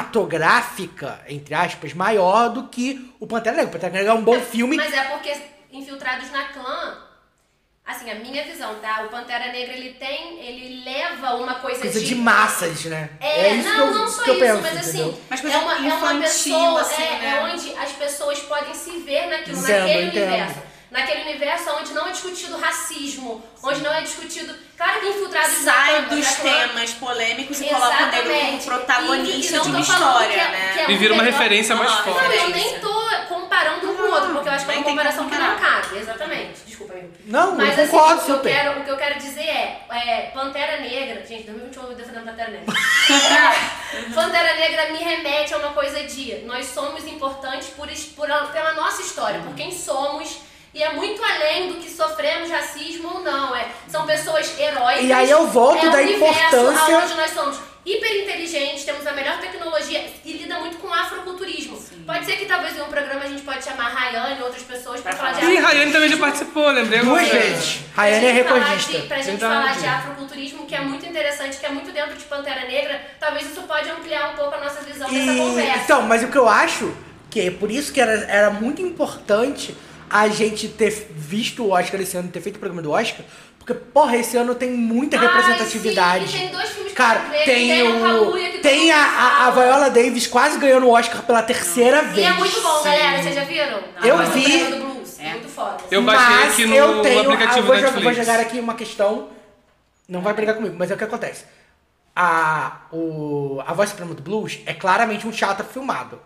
cinematográfica, entre aspas, maior do que o Pantera Negra. O Pantera Negra é um bom filme Mas é porque Infiltrados na Clã, assim, a minha visão, tá? O Pantera Negra, ele tem, ele leva uma coisa, coisa de massas, né? É, não, que eu- não só que eu isso, penso, mas assim, entendeu? Mas coisa é, uma, é uma infantil, pessoa, assim, é, né? é onde as pessoas podem se ver naquilo, Entendo, naquele entendo. universo. Naquele universo onde não é discutido racismo, onde não é discutido. Claro que infiltrados na Sai Clã, dos na Clã, temas polêmicos e coloca o negro como Exatamente. E- e protagonista não de tô uma falando história, que é- né? que é E um vira uma melhor- referência mais Não, forte. eu nem tô comparando um com o outro, porque eu acho que é uma Nem tem que comparação que não comparar. cabe. Exatamente. Desculpa, amigo. Não, eu Mas assim, concordo, o, que eu super. quero, o que eu quero dizer é, é Pantera Negra. Gente, 2021 eu vou defendendo Pantera Negra. É, Pantera Negra me remete a uma coisa de nós somos importantes por, es- por a- pela nossa história, por quem somos. E é muito além do que sofremos racismo ou não. É, são pessoas heróicas. E aí eu volto é um da universo importância- aonde nós somos hiper inteligentes, temos a melhor tecnologia e lida muito com afroculturismo. Pode ser que talvez em um programa a gente pode chamar Rayane e outras pessoas pra falar de E afroculturismo. Rayane também já participou, lembrei agora. Duas vezes. Pra Rayane é gente falar recordista. de- Pra gente Verdade. falar de afroculturismo, que é muito interessante, que é muito dentro de Pantera Negra, talvez isso pode ampliar um pouco a nossa visão dessa E, conversa. então, mas o que eu acho que é por isso que era, era muito importante a gente ter visto o Oscar esse ano, ter feito o programa do Oscar, porque, porra, esse ano tem muita Ai, representatividade. sim, e tem dois filmes que né? Cara, eu quero ver, tem, tem o o. Hallelujah, que todo Tem mundo a, a, a fala. Viola Davis quase ganhando o Oscar pela terceira E vez. é muito bom, galera. Vocês já viram? Eu Mas o vi. programa do Blues, Muito foda. Eu baixei Mas aqui no eu tenho, aplicativo eu vou, jogar, Netflix. vou jogar aqui uma questão. Não vai brigar comigo, mas é o que acontece. A, o, a voz suprema do blues é claramente um teatro filmado.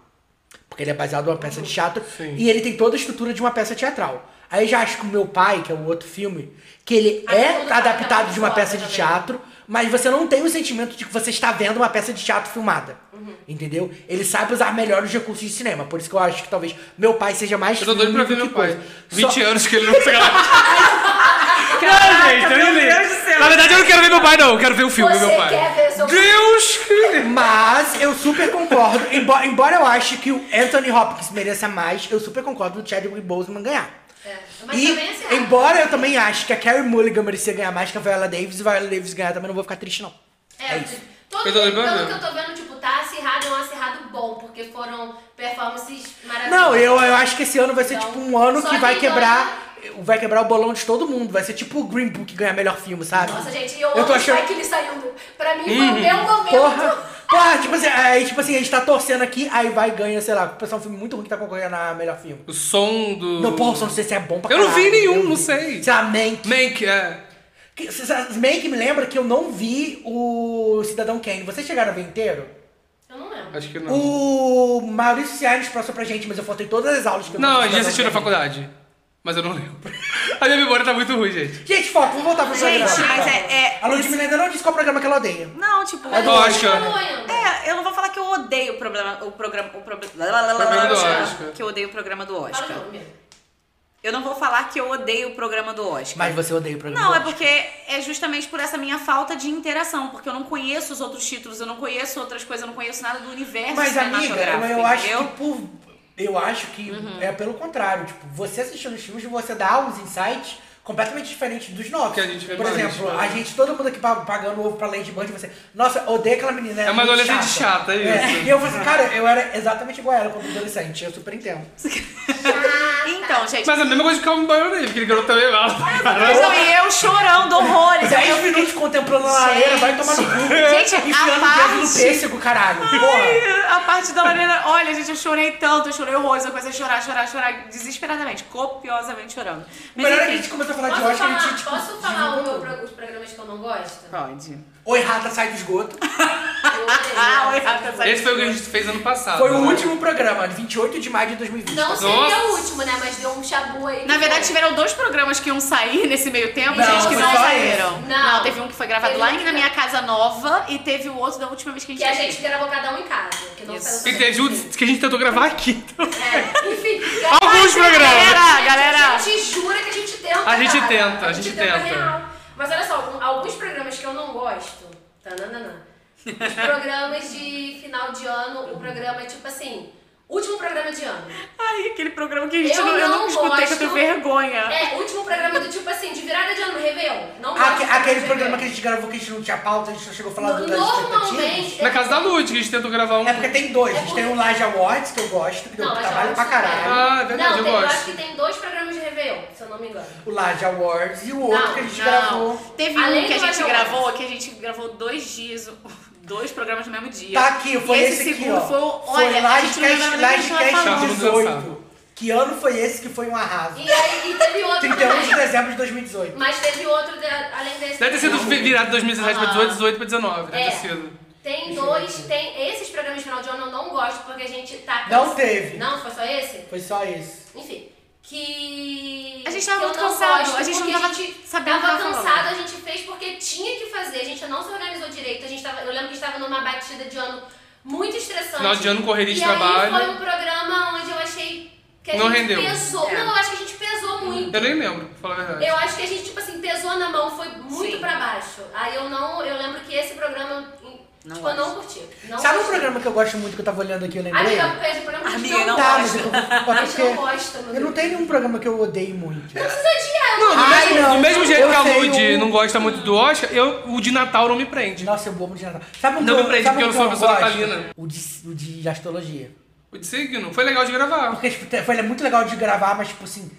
Porque ele é baseado numa peça de teatro Sim. e ele tem toda a estrutura de uma peça teatral. Aí eu já acho que o meu pai, que é o outro filme, que ele Ah, é Meu Pai é adaptado muito de uma foda peça de também. teatro, mas você não tem o sentimento de que você está vendo uma peça de teatro filmada. Uhum. Entendeu? Ele sabe usar melhor os recursos de cinema. Por isso que eu acho que talvez meu pai seja mais Eu tô doido pra ver filme do meu que pai. coisa. Só- 20 anos que ele não consegue lá. Não, gente, eu nem- Deus do céu. Na verdade, eu não quero ver meu pai, não. Eu quero ver o filme, Você meu pai. quer ver seu- Deus! que- Mas eu super concordo, embo- embora, eu ache que o Anthony Hopkins mereça mais, eu super concordo do Chadwick Boseman ganhar. É, Mas e também assim, ah, embora eu também ache que a Carrie Mulligan merecia ganhar mais que a Viola Davis, e a Viola Davis ganhar também, não vou ficar triste não. É, todo Eu tô mundo, lembrando. pelo que eu tô vendo, tipo, tá acirrado, é um acirrado bom, porque foram performances maravilhosas. Não, eu, eu acho que esse ano vai ser Então, tipo um ano só que vai quem quebrar, vai quebrar o bolão de todo mundo, vai ser tipo o Green Book ganhar melhor filme, sabe? Nossa, gente, eu, Eu eu tô amo achando- achando... que ele saiu. Pra mim foi o meu momento. Porra! Porra, tipo assim, aí, tipo assim, a gente tá torcendo aqui, aí vai e ganha, sei lá, o pessoal é um filme muito ruim que tá concorrendo a melhor filme. O som do. Não, porra, só não sei se é bom pra Eu não vi caralho, nenhum, eu não vi. sei. Sei lá, Mank. Mank, é. Que- cê sabe- Meio que me lembra que eu não vi o Cidadão Kane. Vocês chegaram a ver inteiro? Eu não lembro. Acho que não. O Maurício Cianes passou pra gente, mas eu faltei todas as aulas que eu vi Não, do a gente já Cidadão assistiu na Kane. faculdade. Mas eu não lembro. A minha memória tá muito ruim, gente. Gente, foco, vamos voltar pro Gente, programa. mas é- é- A Ludmilla ainda não disse qual programa que ela odeia. Não, tipo... É do Oscar. É, eu não vou falar que eu odeio o programa... O programa... O problema... Programa do Oscar. Que eu odeio o programa do Fala o é. Oscar. nome. Eu não vou falar que eu odeio o programa do Oscar. Mas você odeia o programa. Não, do é Oscar. porque é justamente por essa minha falta de interação, porque eu não conheço os outros títulos, eu não conheço outras coisas, eu não conheço nada do universo Mas, amiga, cinematográfico, eu acho entendeu? Uhum. que por... Eu acho que é pelo contrário. Tipo, você assistindo os filmes, você dá uns insights completamente diferentes dos nossos. Que a gente vê Por mais, exemplo, né? a gente, todo mundo aqui pa- pagando ovo pra Lady Bird, você... Nossa, odeio aquela menina. ela É uma muito adolescente chata, é isso. assim, E eu falei, cara, eu era exatamente igual a ela quando adolescente. Eu super entendo. Então, gente. Mas é a mesma coisa que o Calvin banho nele, porque ele ganhou também é mal. Não, e eu chorando horrores. Aí eu Dez minutos contemplando a lareira, vai tomar no cu. Gente, a Enfiando o dedo no parte- pêssego, caralho. Porra. Ai, a parte da lareira. Olha, gente, eu chorei tanto, eu chorei horrores, eu comecei a chorar, chorar, chorar, desesperadamente, copiosamente chorando. Mas Melhor é que a enfim, gente começou a falar de Posso Oscar, a falar, gente, tipo... posso falar o meu pro- os programas que eu não gosto? pode. Oi, rata, sai do esgoto. Eu odeio. Ah, oi, Rafa, sai Esse foi o que a gente fez ano passado. Foi o né? último programa, de 28 de maio de 2020. Não Nossa. seria o último, né? Mas deu um chabu aí. Na verdade, tiveram dois programas que iam sair nesse meio tempo, Não, gente, que foi não só saíram. esse. Não. teve um que foi gravado Teve lá um que em, na não. minha casa nova e teve o outro da última vez que a gente Que a fez. gente gravou cada um em casa. Que não Isso. saiu E teve o que a gente tentou gravar aqui. então. É, enfim. Alguns programas. Galera, A galera! gente jura que a gente tenta. A gente cara. tenta, a gente tenta. real. Mas olha só, algum- alguns programas que eu não gosto. Tananana. Os programas de final de ano, o programa é tipo assim. Último programa de ano. Ai, aquele programa que a gente Eu não, eu não nunca escutei, que eu tenho gosto. vergonha. É, último programa do tipo assim, de virada de ano, Réveillon. Não gosto Aque- de Aquele Réveillon. programa que a gente gravou que a gente não tinha pauta, a gente só chegou a falar do das expectativas. Normalmente. Na casa da Lud, que a gente tentou gravar um. É porque tem dois. A gente É tem o Laje Awards, que eu gosto, que deu Não, mas trabalho eu pra acho que- caralho. Ah, é verdade, não, eu tem- gosto. acho que tem dois programas de Réveillon, se eu não me engano. O Laje Awards e o outro que a gente não. gravou. Teve Além um que a do gente Lajeado. gravou, que a gente gravou dois dias, dois programas no mesmo dia. Tá aqui, foi e esse, esse aqui, segundo ó. foi o- olha, a gente não lembra nem o que a gente tava Lajecast falando. 18. Que ano foi esse que foi um arraso? E aí e teve outro 31 de também. dezembro de 2018. Mas teve outro de- além desse. Deve ter sido também. virado de 2017 pra Ah. Aham. 18, 18 pra 19. Deve É. ter sido. Tem dois, tem esses programas de final de ano eu não gosto porque a gente tá. Não cansa- teve. Não, foi só esse? Foi só esse. Enfim. Que. A gente tava que eu muito não cansado, gosto, a gente não porque tava sabendo o que tava tava falando. cansado, a gente fez porque tinha que fazer, a gente não se organizou direito. A gente tava, eu lembro que a gente tava numa batida de ano muito estressante. Final de ano, correria de e aí trabalho. Foi um programa onde eu achei que a Não gente rendeu. pesou. É. Não, eu acho que a gente pesou muito. Eu nem lembro, pra falar a verdade. Eu acho que a gente, tipo assim, pesou na mão, foi muito Sim. pra baixo. Aí eu não. Eu lembro que esse programa. Não tipo, eu não curti. Não Sabe um curti. programa que eu gosto muito que eu tava olhando aqui, eu lembrei? Amiga, esse programa a gente Amiga, não não gosta. Tá, gosto. mas eu vou A falar gente não porque gosta, meu eu não Deus. tenho nenhum programa que eu odeie muito. Precisa odiar, eu Do não Ai, mesmo, não. É, Ah, do mesmo jeito Eu que a sei, Lud o- não gosta muito do Oscar, eu, o de Natal não me prende. Nossa, eu amo de Natal. Sabe um Não que me prende, sabe porque um eu não que sou uma pessoa gosto? natalina. O de, o de astrologia. O de signo. Foi legal de gravar. Porque tipo, te- foi ele é muito legal de gravar, mas tipo assim,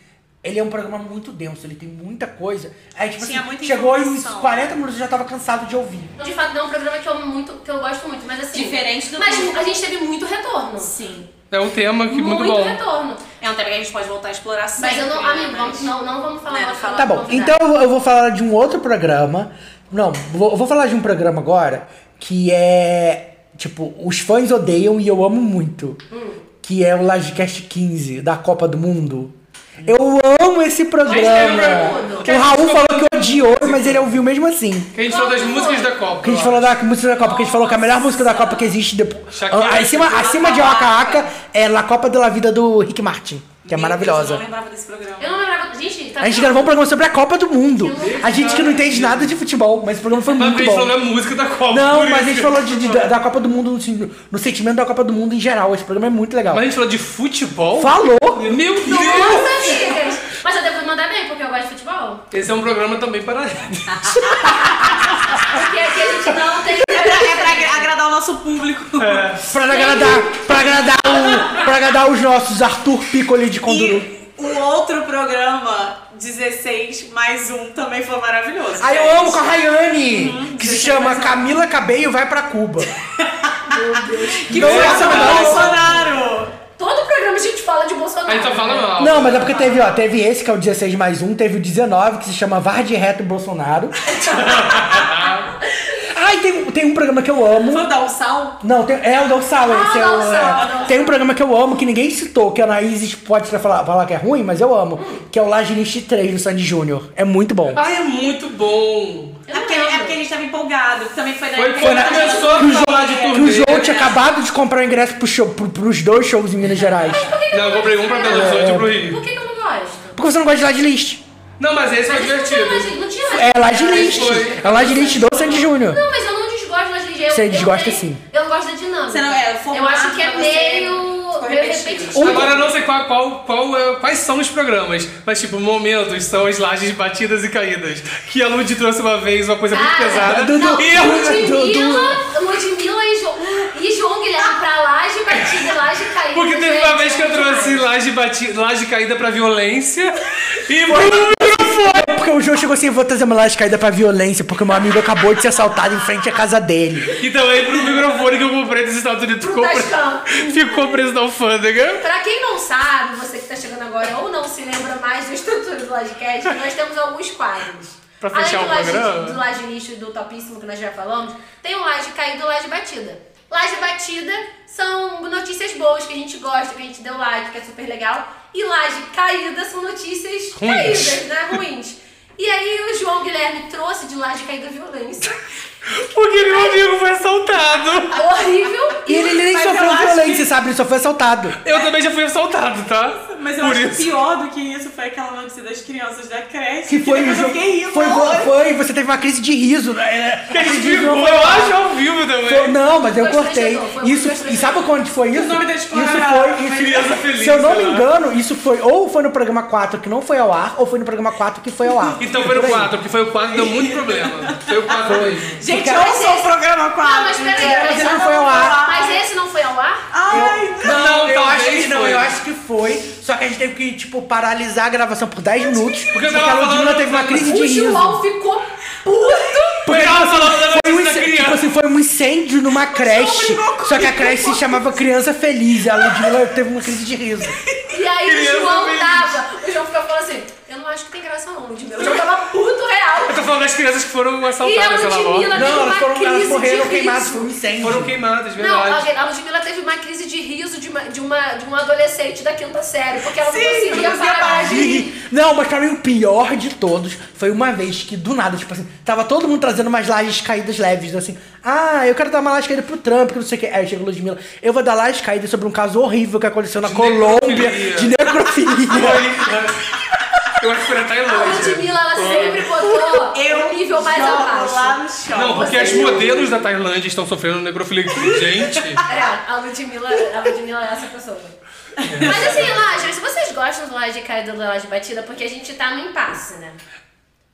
ele é um programa muito denso, ele tem muita coisa. Aí tipo Tinha é assim, muita chegou em uns informação. né? 40 minutos eu já tava cansado de ouvir. De fato, não é um programa que eu, muito, que eu gosto muito, mas assim. Diferente do Mas público. a gente teve muito retorno. Sim. É um tema que muito, muito bom. retorno. É um tema que a gente pode voltar a explorar sempre. Mas eu não. né, Amigo, mas- vamos, não, não vamos falar Não, mal de fala- Tá bom, convidado. então eu vou falar de um outro programa. Não, vou, eu vou falar de um programa agora que é. Tipo, os fãs odeiam e eu amo muito. Que é o Lagecast 15 da Copa do Mundo. Eu amo esse programa. O Raul falou que odiou, mas ele ouviu mesmo assim. Que a gente falou das músicas da Copa. Que a gente eu falou da música da Copa, que a gente falou que a melhor música da Copa que existe depois. Shakira, acima acima de Waka Waka é La Copa de la Vida do Rick Martin, que é Meu Deus, Eu não maravilhosa. lembrava desse programa. Eu não lembrava. Gente, tá então. A gente vendo? gravou um programa sobre a Copa do Mundo. A gente que não entende nada de futebol, mas o programa foi Mas a muito gente falou bom. da música da Copa. Não, por mas a isso. gente falou de- de- da da Copa do Mundo, no, sen- no sentimento da Copa do Mundo em geral. Esse programa é muito legal. Mas a gente falou de futebol? Falou! Meu Deus! Nossa, amigas! Mas eu devo mandar bem, porque eu gosto de futebol. Esse é um programa também para. Porque aqui a gente não tem. É pra, é pra agra- agradar o nosso público. Pra agradar, pra agradar, o, pra agradar os nossos Arthur Piccoli de Conduru. E o outro programa, 16 mais um, também foi maravilhoso. Aí eu amo com a Rayane, que se deixa chama eu pensar. Camila Cabello vai pra Cuba. Que Não, foi essa o não. Bolsonaro! Todo programa a gente fala de Bolsonaro. A gente tá só fala mal. Não, mas é porque teve, ó, teve esse que é o 16 mais um, teve o 19 que se chama Var de Reto Bolsonaro. Ai, tem, tem um programa que eu amo. Foi dar um sal? Não, tem, é o Dorsal, Ah, esse é o. Dorsal, é. Dorsal. Tem um programa que eu amo, que ninguém citou, que a Anaís pode falar, falar que é ruim, mas eu amo, que é o Lajinist 3 do Sandy Júnior. É muito bom. Ah, Ai, é muito bom. É porque, é porque a gente tava empolgado. que Também foi da Foi quando começou Que o a falar de é. João, que o turnê. João tinha acabado de comprar o ingresso pro show, pro, pros dois shows em Minas Gerais. Não, eu comprei um pra Belo Horizonte e um pro Rio. Por que, que eu não gosto? Porque você não gosta de Lajinist. Não, mas esse foi divertido. Não tinha mais. É Laje List. Foi. É Laje List do Sandy Júnior. Não, mas eu não desgosto da gente. Eu- Você eu desgosta tenho- sim. Eu não gosto da dinâmica. Você não- é, o eu formato acho que é pra você meio, ficou meio repetido. repetitivo. um. Agora eu não sei qual, qual, qual é- quais são os programas, mas tipo, momentos são as lajes batidas e caídas. Que a Lud trouxe uma vez uma coisa Ah, muito Cara, pesada. Dudu, Não, e eu Dudu, Ludmilla, Ludmilla e, João, e João Guilherme pra laje, batida, laje caída. Porque teve uma gente, vez que é eu demais. trouxe laje, bati... laje caída pra violência e Porque o João chegou assim, eu vou trazer uma laje caída pra violência, porque meu amigo acabou de ser assaltado em frente à casa dele. E também então, pro microfone que eu comprei dos Estados Unidos. Ficou, pre- Tascam. Ficou preso na alfândega. Pra quem não sabe, você que tá chegando agora ou não se lembra mais da estrutura do Lodcast, nós temos alguns quadros. Pra fechar Além do o laje- programa. né? do laje lixo e do topíssimo que nós já falamos, tem o laje caído e o laje batida. Laje batida são notícias boas que a gente gosta, que a gente deu like, que é super legal. E laje caída são notícias Ruins. caídas, né? Ruins. E aí o João Guilherme trouxe de laje caída violência. Porque meu amigo foi assaltado. Horrível. E ele nem Mas eu sofreu acho violência, sabe? Ele só foi assaltado. Eu também já fui assaltado, tá? Mas eu Por acho isso. que pior do que isso foi aquela notícia das crianças da creche. Que foi o depois eu jogo. fiquei rindo. Foi, na hora. foi, você teve uma crise de riso. né? Que a gente Riso não ficou, foi- É, eu acho, ao vivo também. Foi- não, mas eu Foi cortei. constrangedor, foi Isso, e sabe quando foi isso? nome da isso escola era foi. isso- Criança Feliz, se eu não me sei lá. engano, isso foi ou foi no programa 4 que não foi ao ar, ou foi no programa 4 que foi ao ar. Então foi no 4, porque foi o 4 que deu muito problema. Foi o 4 mesmo. Gente, Cara, eu sou o programa 4. Não, mas peraí, peraí. Mas ele não foi ao ar. Mas esse não foi ao ar? Ai, Não, eu talvez acho que não, então foi. eu acho que foi. Só que a gente teve que, tipo, paralisar a gravação por 10 minutos. Porque, eu tava a Ludmilla falando- teve uma crise de O riso. João ficou puto. Porque ela falando da Foi um notícia da incê- criança. tipo assim, foi um incêndio numa creche. Só que a creche se chamava Criança Feliz. E a Ludmilla teve uma crise de riso. E aí Criança o João feliz. tava. O João ficava falando assim: Eu não acho que tem graça não, Ludmilla. O João tava puto real. Eu tô falando das crianças que foram E é um a assaltadas pela Ludmilla moto. teve Não, uma elas foram, elas crise morreram de queimadas, riso. foi um incêndio. Foram queimadas, Não, verdade. a a Ludmilla teve uma crise de riso de uma, de uma, de uma adolescente da quinta série, porque ela Sim, não conseguia não conseguia parar parar de de rir. Não, mas pra mim o pior de todos foi uma vez que do nada, tipo assim, tava todo mundo trazendo umas lajes caídas leves, assim. Ah, eu quero dar uma laje caída pro Trump, que não sei o que. Aí chega a Ludmilla, eu vou dar laje caída sobre um caso horrível que aconteceu na Colômbia necrofilia. de necrofilia. né? Eu acho que foi na A Tailândia. Ludmilla, ela sempre botou Eu o nível mais jogo abaixo. lá no chão. Não, porque as modelos da Tailândia estão sofrendo necrofilia. Gente, É, a Ludmilla, a Ludmilla é essa pessoa. Mas assim, Laje, se vocês gostam do Laje caída do Laje batida, porque a gente tá no impasse, né?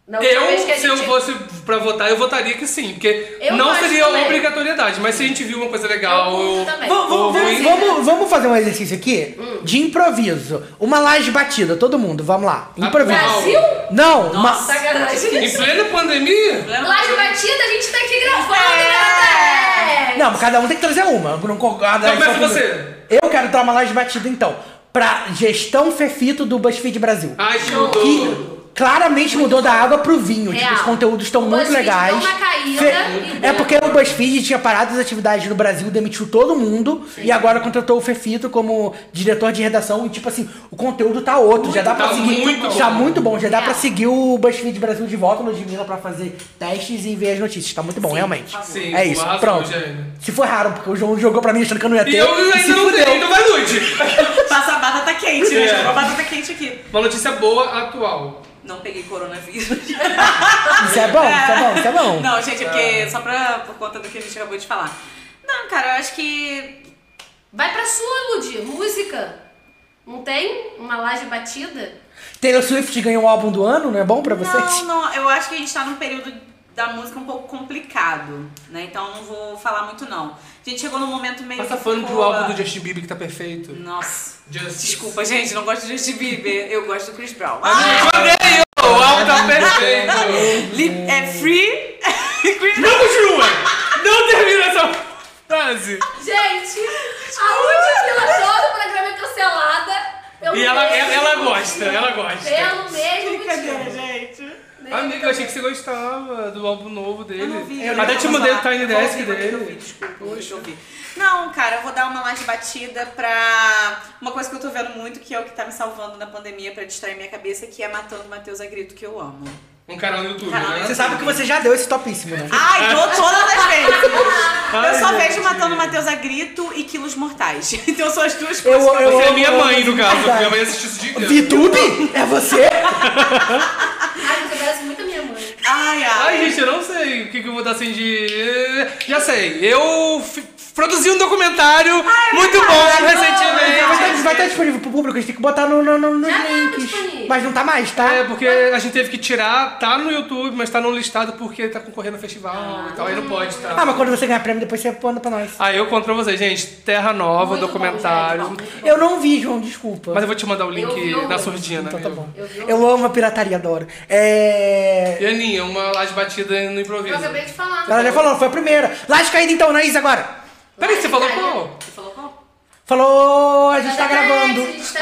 Na última eu, vez que a se eu fosse pra votar, eu votaria que sim. Porque Eu não gosto seria também. obrigatoriedade. Mas se a gente viu uma coisa legal... curto eu- tá também. Vou- vou- vou- vamos, vamos- vamos fazer um exercício aqui de improviso. Uma laje batida, todo mundo, vamos lá. Improviso. Brasil? Não, uma, Tá, Em Sacanagem. plena pandemia... Laje batida, a gente tá aqui É. gravando, né, galera? Não, mas cada um tem que trazer uma. Eu Não concordo. Então começa Só que- você. Eu quero dar uma laje batida, então. Pra gestão Fefito do BuzzFeed Brasil. Ai, que mudou. Que claramente mudou da água pro vinho. Real. Tipo, os conteúdos estão O muito BuzzFeed legais. deu uma caída e É deu- porque o BuzzFeed tinha parado as atividades no Brasil, demitiu todo mundo. E agora contratou o Fefito como diretor de redação. E tipo assim, o conteúdo tá outro. já dá pra tá seguir. muito tá bom. muito bom. Já dá Real. pra seguir o BuzzFeed Brasil de volta no Ludmilla pra fazer testes e ver as notícias. Tá muito bom, realmente. Sim, é isso. arrasou, Pronto. Jane. Se ferraram, porque o João jogou pra mim achando que eu não ia ter. E eu ainda se não fudeu. tenho, então vai nude. Passa a batata quente, É. né? Jogou a batata quente aqui. Uma notícia boa, atual. Não peguei coronavírus. Isso é bom, isso é bom, isso é bom. Não, gente, é Ah. porque só pra, por conta do que a gente acabou de falar. Não, cara, eu acho que. Vai pra sua, Lud, música. Não tem uma laje batida? Taylor Swift ganhou o álbum do ano, não é bom pra vocês? Não, não, eu acho que a gente tá num período da música um pouco complicado, né? Então não vou falar muito, não. A gente chegou num momento meio. Passa que fã ficou- pro álbum do Justin Bieber que tá perfeito. Nossa. Justice. Desculpa, gente, não gosto de Justin Bieber. Eu gosto do Chris Brown. Odeio! O álbum tá perfeito! Li- é free. Chris Não continua! Não termina essa frase! Gente, a Lud, todo o programa é cancelada. pelo E ela, mesmo ela, ela motivo. gosta, ela gosta. Pelo mesmo Brincadeira, motivo. gente. Amiga, eu achei que você gostava do álbum novo dele. Eu não vi. eu Até não te vou mandei o falar. Tiny Eu vou Desk ouvir, eu vou ouvir, dele. Desculpa, deixa eu ouvir. Não, cara, eu vou dar uma laje batida pra uma coisa que eu tô vendo muito, que é o que tá me salvando na pandemia pra distrair minha cabeça, que é Matando Matheus a Grito, que eu amo. Um canal no YouTube, Canal no né? Você sabe que você já deu esse topíssimo, né? Ai, tô todas as vezes. Eu só Ai, vejo gente. Matando Matheus a Grito e Quilos Mortais. Então são as duas Eu- coisas que eu- Você é minha mãe, no caso. Verdade. Minha mãe assiste isso de graça. VTube? É você? Ai, você parece muito a minha mãe. Ai, ai. Ai, gente, eu não sei o que, que eu vou dar assim de. eh, Já sei. Eu fi- Produziu um documentário muito é verdade, é bom boa, recentemente. Vai estar- vai estar disponível pro público, a gente tem que botar no, no, no, nos links. Mas não tá mais, tá? É, porque a gente teve que tirar, tá no YouTube, mas tá não listado porque tá concorrendo a festival e tal, aí não pode, tá? Ah, mas quando você ganhar prêmio, depois você manda pra nós. Ah, eu conto pra vocês, gente. Terra Nova, Muito bom, documentário. Eu não vi, João, desculpa. Mas eu vou né? te mandar o Eu vi link hoje. na surdina. Então tá bom. Eu vi Eu amo a pirataria, adoro. É. E Aninha, uma laje batida no improviso. Eu acabei de falar. Ela já falou, foi a primeira. Laje caída então, Anaís, agora. Peraí, você falou qual? Você falou qual? Falou, a gente tá gravando.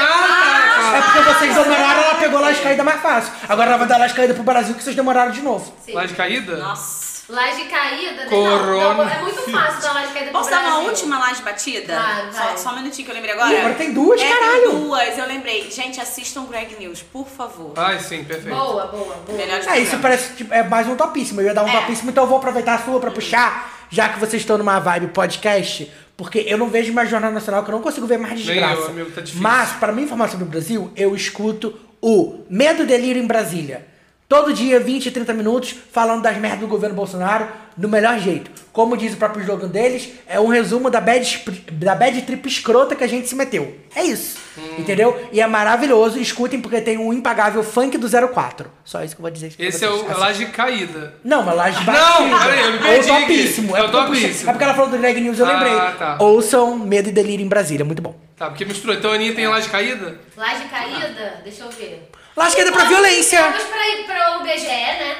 Ah, É porque vocês demoraram, ela pegou laje caída mais fácil. Agora ela vai dar laje caída pro Brasil que vocês demoraram de novo. Laje caída? Nossa. Laje caída? né? Corona. Não, não, é muito fácil dar laje caída pro Posso dar uma Brasil. última laje batida? Vai, Só, vai. só um minutinho que eu lembrei agora. Ih, agora tem duas, é, caralho. Tem duas, eu lembrei. Gente, assistam Greg News, por favor. Ai, sim, perfeito. Boa, boa, boa. Melhor de É, isso programa. parece tipo, é mais um topíssimo. Eu ia dar um topíssimo, então eu vou aproveitar a sua pra puxar, já que vocês estão numa vibe podcast, porque eu não vejo mais Jornal Nacional, que eu não consigo ver mais Nem desgraça. eu, amigo, tá difícil. Mas, para me informar sobre o Brasil, eu escuto o Medo e Delírio em Brasília. Todo dia, 20, 30 minutos, falando das merdas do governo Bolsonaro do melhor jeito. Como diz o próprio slogan deles, é um resumo da bad, spri- da bad trip escrota que a gente se meteu. É isso. Hum. Entendeu? E é maravilhoso. Escutem, porque tem um impagável funk do 04. Só isso que eu vou dizer. pra Esse é o vocês. a laje caída. Não, mas laje Não, peraí, eu me perdi É o aqui. topíssimo. É o porque eu puxei- topíssimo. É porque ela falou do Greg News, eu Ah, lembrei. tá. Ouçam Medo e Delírio em Brasília, muito bom. Tá, porque misturou. Então a Aninha tem laje caída? Laje caída? Deixa eu ver. Laje caída pra violência. Vamos pra ir pro BGE, né?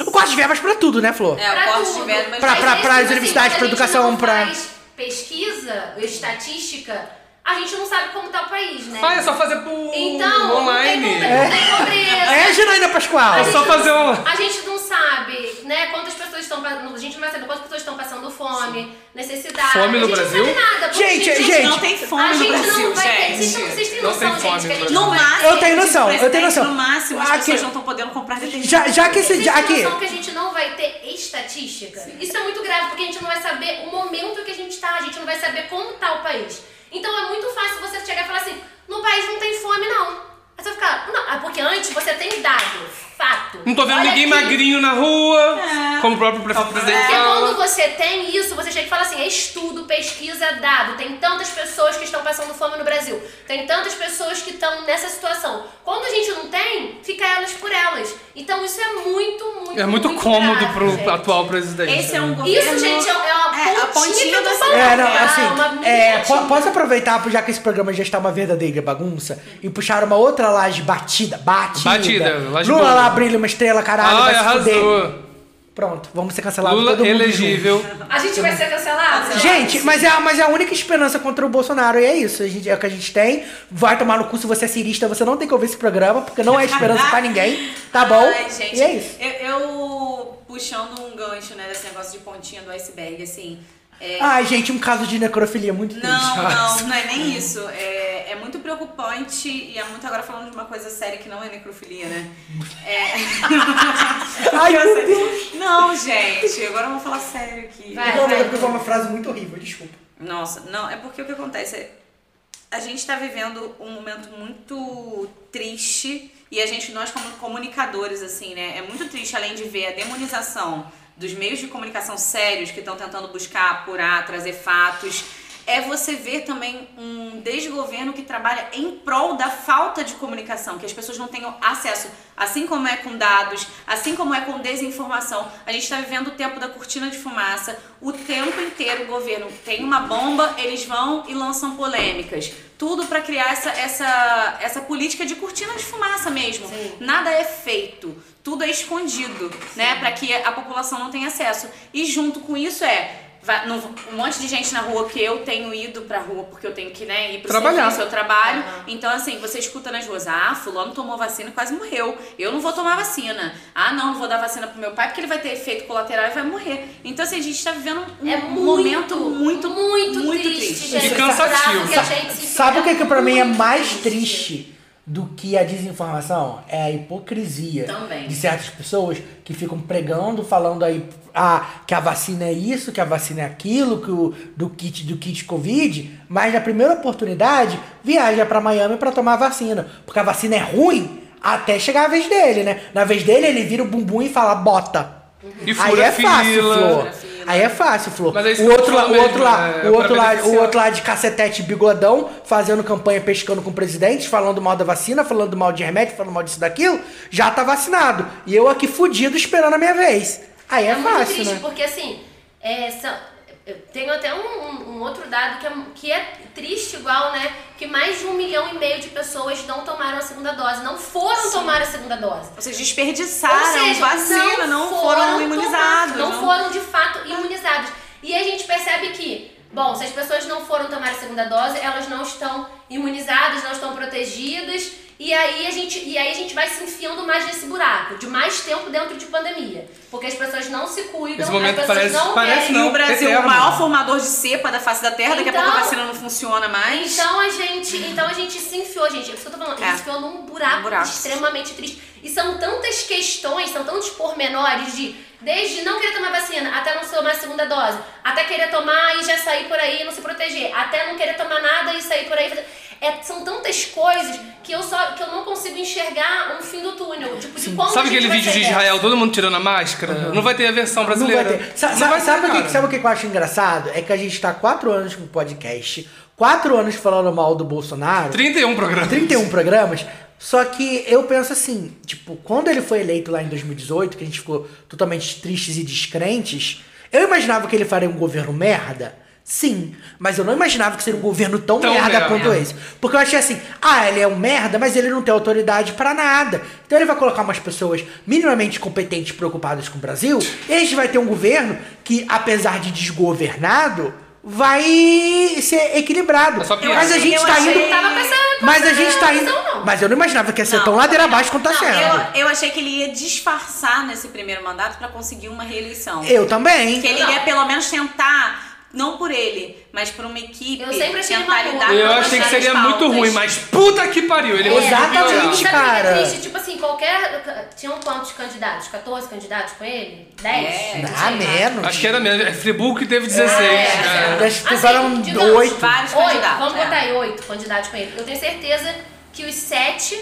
O corte de verbas pra tudo, né, Flor? É, o corte de verba, mas Pra- Mas pra- esse, pra tipo as universidades, assim, pra quando a gente educação, não pra- faz pesquisa, estatística, a gente não sabe como tá o país, né? Ah, é só fazer por Então, online. não tem, não tem pobreza. É, Janaína Pascoal. A É gente só não- fazer um- A gente não sabe, né, quantas pessoas estão... pa- A gente não vai saber quantas pessoas estão passando fome, necessidade. Fome no a gente Brasil? Não sabe nada, porque, Gente, gente, não tem fome a no gente Brasil, não vai ter... Vocês, gente. não- vocês têm Não noção, tem fome gente, que a no gente Brasil. não No vai- máximo, Eu tenho noção, eu tenho noção. No máximo, as Aqui- pessoas não estão podendo comprar detergente. Já- já que esse- Vocês já- têm aqui- noção que a gente não vai ter estatística? Isso é muito grave, porque a gente não vai saber o momento que a gente tá, a gente não vai saber como tá o país. Então é muito fácil você chegar e falar assim, no país não tem fome, não. Aí você vai ficar, não, ah, porque antes você tem dado, fato. Não tô vendo Olha ninguém aqui. É magrinho na rua, É. como o próprio prefeito presidente Porque quando fala. você tem isso, você chega e fala assim: é estudo, pesquisa, dado. Tem tantas pessoas que estão passando fome no Brasil. Tem tantas pessoas que estão nessa situação. Quando a gente não tem, fica elas por elas. Então isso é muito, muito. É muito cômodo grave, pro gente. atual presidente. né? Esse é um governo- Isso, gente, é uma É, a pontinha pontinha que eu tô do- falando. É, não, Ah, assim, uma é, miniatura. po- posso aproveitar, já que esse programa já está uma verdadeira bagunça, e puxar uma outra laje batida, batida. Batida, laje Lula boa. lá brilha uma estrela, caralho, vai Ai, se fuder. arrasou. Pronto, vamos ser cancelados todo Lula mundo elegível. junto. A gente vai ser cancelado? Gente, mas é, a- mas é a única esperança contra o Bolsonaro, e é isso. A gente, é o que a gente tem. Vai tomar no cu se você é cirista, você não tem que ouvir esse programa, porque não é esperança pra ninguém, tá bom? Ai, gente, E é isso. Eu, eu puxando um gancho, né, desse negócio de pontinha do iceberg, assim. é- Ai, gente, um caso de necrofilia muito triste. Não, não, não é nem isso. É, é muito preocupante e é muito agora falando de uma coisa séria que não é necrofilia, né? É. Ai, meu Não, gente, agora eu vou falar sério aqui. não, não, porque foi uma frase muito horrível, desculpa. Nossa, não, é porque o que acontece é. A gente está vivendo um momento muito triste e a gente, nós como comunicadores, assim, né? É muito triste além de ver a demonização dos meios de comunicação sérios que estão tentando buscar, apurar, trazer fatos. É você ver também um desgoverno que trabalha em prol da falta de comunicação, que as pessoas não tenham acesso, assim como é com dados, assim como é com desinformação. A gente está vivendo o tempo da cortina de fumaça, o tempo inteiro o governo tem uma bomba, eles vão e lançam polêmicas. Tudo para criar essa, essa, essa política de cortina de fumaça mesmo. Nada é feito, tudo é escondido, né? Para que a população não tenha acesso. E junto com isso é. va- não- um monte de gente na rua que eu tenho ido pra rua porque eu tenho que né, ir pro Trabalhar. serviço, eu trabalho. Então, assim, você escuta nas ruas, ah, fulano tomou vacina e quase morreu. Eu não vou tomar vacina. Ah, não, não vou dar vacina pro meu pai porque ele vai ter efeito colateral e vai morrer. Então, assim, a gente tá vivendo um É momento muito, muito, muito triste, triste. gente. Que cansativo. Que a gente se Sabe o que, fica que pra mim é muito mais triste do que a desinformação? É a hipocrisia Também. de certas pessoas que ficam pregando, falando aí ah, que a vacina é isso, que a vacina é aquilo, que o, do kit do kit Covid, mas na primeira oportunidade viaja pra Miami pra tomar a vacina, porque a vacina é ruim até chegar a vez dele, né? Na vez dele ele vira o bumbum e fala bota. E aí fura é fácil, fila. Flor. Aí é fácil, Flor. Mas é isso o que eu outro, falo lá, o mesmo, outro lá, é o outro pra lá, o beneficiar. outro lá de cacetete bigodão, fazendo campanha, pescando com o presidente, falando mal da vacina, falando mal de remédio, falando mal disso daquilo, já tá vacinado. E eu aqui fudido esperando a minha vez. Aí é, muito fácil, triste, né? porque assim, é, são- eu tenho até um, um- um outro dado que é, que é triste igual, né? Que mais de um milhão e meio de pessoas não tomaram a segunda dose, não foram tomar a segunda dose. Ou seja, desperdiçaram vacina, não foram tomar, imunizados, não, não- foram de fato imunizados. E a gente percebe que, bom, se as pessoas não foram tomar a segunda dose, elas não estão imunizadas, não estão protegidas. E aí, a gente, e aí a gente vai se enfiando mais nesse buraco, de mais tempo dentro de pandemia. Porque as pessoas não se cuidam, Esse momento as pessoas parece- não parece querem. não, E o Brasil é o eterno. maior formador de cepa da face da terra, daqui a Então- pouco a vacina não funciona mais. Então a gente, então a gente se enfiou, gente. É isso que eu tô falando. A É. gente se enfiou num buraco, Num buraco. extremamente triste. E são tantas questões, são tantos pormenores de desde não querer tomar vacina até não tomar a segunda dose, até querer tomar e já sair por aí e não se proteger, até não querer tomar nada e sair por aí. É, são tantas coisas que eu só que eu não consigo enxergar um fim do túnel. Tipo, de quando Sabe a gente aquele vai vídeo de sair Israel, todo mundo tirando a máscara? Não vai ter a versão Não brasileira. vai ter. Sa- Não sa- vai ter, sabe, o que, cara. sabe o que eu acho engraçado? É que a gente tá há quatro anos com podcast, quatro anos falando mal do Bolsonaro. 31 programas. 31 programas. Só que eu penso assim, tipo, quando ele foi eleito lá em 2018, que a gente ficou totalmente tristes e descrentes, eu imaginava que ele faria um governo merda. Sim, mas eu não imaginava que seria um governo tão, Tão merda é. merda. quanto esse. Porque eu achei assim, ah, ele é um merda, mas ele não tem autoridade pra nada. Então ele vai colocar umas pessoas minimamente competentes preocupadas com o Brasil, e a gente vai ter um governo que, apesar de desgovernado, vai ser equilibrado. mas a gente eu tá achei- indo. eu tava pensando mas a nessa gente tá indo. visão, não. Mas eu não imaginava que ia ser tão ladeira abaixo quanto tá Não, sendo. eu, eu achei que ele ia disfarçar nesse primeiro mandato pra conseguir uma reeleição. Eu também. Que ele ia pelo menos tentar, não por ele, mas por uma equipe. Eu sempre achei ele tentar maluco. lidar Eu Tá com achei que as seria pautas. muito ruim, mas puta que pariu. Ele É, conseguiu exatamente, piorar. cara. É triste, tipo assim, qualquer. Tinham quantos candidatos? 14 candidatos com ele? 10? É, Não Ah, sei. menos. Acho que era mesmo. É Friburgo que teve 16. É, né? Acho que fizeram digamos, oito. vários Oito, né? candidatos, Vamos é. botar aí oito candidatos com ele. Eu tenho certeza que os sete,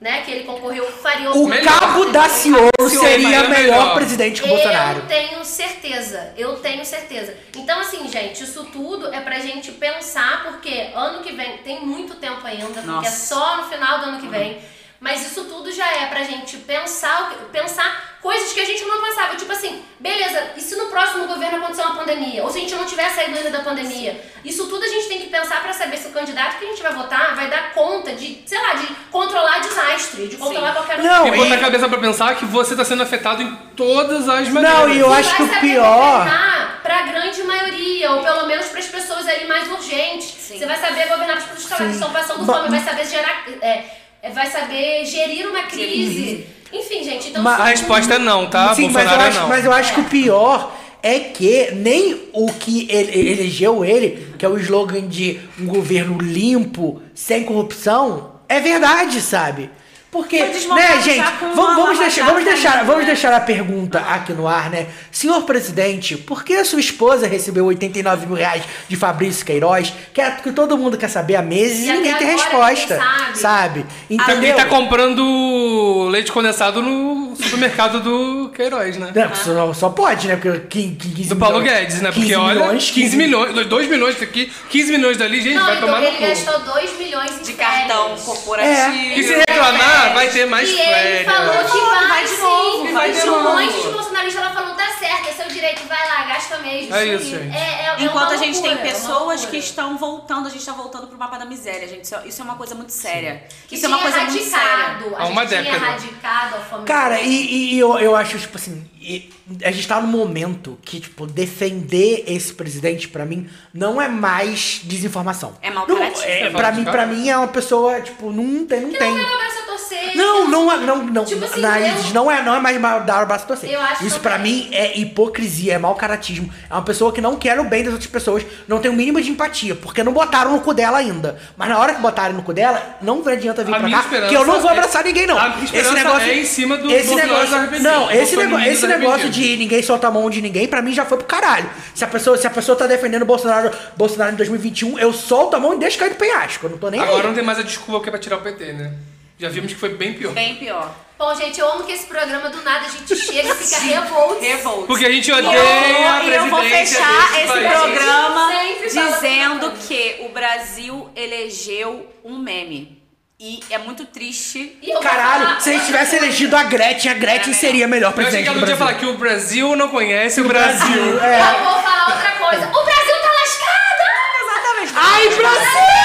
né, que ele concorreu, fariam O melhor. cabo da CEO seria seria melhor, é melhor. presidente que o Eu Bolsonaro. tenho certeza, eu tenho certeza. Então, assim, gente, isso tudo é pra gente pensar, porque ano que vem, tem muito tempo ainda, porque Nossa. é só no final do ano que vem. Mas isso tudo já é pra gente pensar, o que- pensar coisas que a gente não pensava. Tipo assim, beleza, e se no próximo governo acontecer uma pandemia? Ou se a gente não tiver saído ainda da pandemia? Isso tudo a gente tem que pensar pra saber se o candidato que a gente vai votar vai dar conta de, sei lá, de controlar desastre, de controlar qualquer Não, E e- botar a cabeça pra pensar que você tá sendo afetado em todas as maneiras. Não, e eu acho que o vai saber pior. governar pra grande maioria, ou pelo menos pras pessoas ali mais urgentes. Você vai saber governar pras pessoas que Sim. estão passando Ba- fome, vai saber gerar. é, é, vai saber gerir uma crise. Enfim, gente, então. Ma- A resposta é não, tá? Sim, mas eu, Bolsonaro é acho, não. mas eu acho que o pior é que nem o que ele, ele- elegeu ele, que é o slogan de um governo limpo, sem corrupção, é verdade, sabe? Porque, Foi desmontado né, gente, já com vamos, uma vamos Lava deixar, Jato vamos, deixar, ainda, vamos né? deixar a pergunta aqui no ar, né? Senhor presidente, por que a sua esposa recebeu 89 mil reais de Fabrício Queiroz? Que, é, que todo mundo quer saber há meses e, E até ninguém tem agora resposta, ninguém sabe. sabe? Ele Entendeu? tá comprando leite condensado no supermercado do Queiroz, né? Não, só, só pode, né? Porque 15, 15 Do Paulo milhões- Guedes, né? Porque olha, 15 milhões, 2 milhões daqui, 15 milhões dali, gente, Não, vai então tomar no ele cu. gastou 2 milhões em De cartão férias. corporativo. É. E se reclamar, né? vai ter É mais e ele falou férias. que vai, Vai de sim, novo, vai de de novo. Um monte de bolsonarista ela falou, tá certo, é seu direito, vai lá, gasta mesmo. É isso, gente. É- é- é Enquanto uma a gente loucura, tem é uma pessoas que loucura. estão voltando, a gente tá voltando pro mapa da miséria, gente. Isso, isso é uma coisa muito séria. que isso é uma tinha coisa muito séria. erradicado. Há A É uma gente tinha década. erradicado a família. Cara, e, e- e eu, eu acho, tipo assim, e- a gente tá num momento que, tipo, defender esse presidente, pra mim, não é mais desinformação. É Não, malcaratismo. é, pra, mim, pra mim é uma pessoa, tipo, não tem, não Que tem. não é era abraço a torcer. Não, não, é- não, não. Tipo assim, na- eu- não, é, não é mais mal- dar o braço a torcer. Eu acho Isso pra também. mim é hipocrisia, é mau caratismo. É uma pessoa que não quer o bem das outras pessoas, não tem o mínimo de empatia, porque não botaram no cu dela ainda. Mas na hora que botarem no cu dela, não adianta vir A pra minha cá, esperança que eu não vou é- abraçar ninguém, não. a minha esperança é em cima do esse Bolsonaro negócio, arrependido, Não, esse, Bolsonaro nego, esse arrependido. negócio de ninguém solta a mão de ninguém, pra mim já foi pro caralho. Se a pessoa, se a pessoa tá defendendo o Bolsonaro, um, Bolsonaro em 2021, eu solto a mão e deixo cair do penhasco. Eu não tô nem aí. Agora não tem mais a desculpa que é pra tirar o PT, né? Já vimos que foi bem pior. Bem pior. Bom, gente, eu amo que esse programa do nada a gente chega e fica revolto. Revolto. Porque a gente odeia a E eu vou presidência fechar desse esse país. programa Sempre fala dizendo que o Brasil elegeu um meme. E é muito triste. Caralho, se a gente tivesse elegido a Gretchen, a Gretchen seria a melhor Eu achei presidente que ela do não tinha Brasil. falar que o Brasil não conhece o Brasil. É. Eu vou falar outra coisa. O Brasil tá lascado! Exatamente. Ai, Brasil!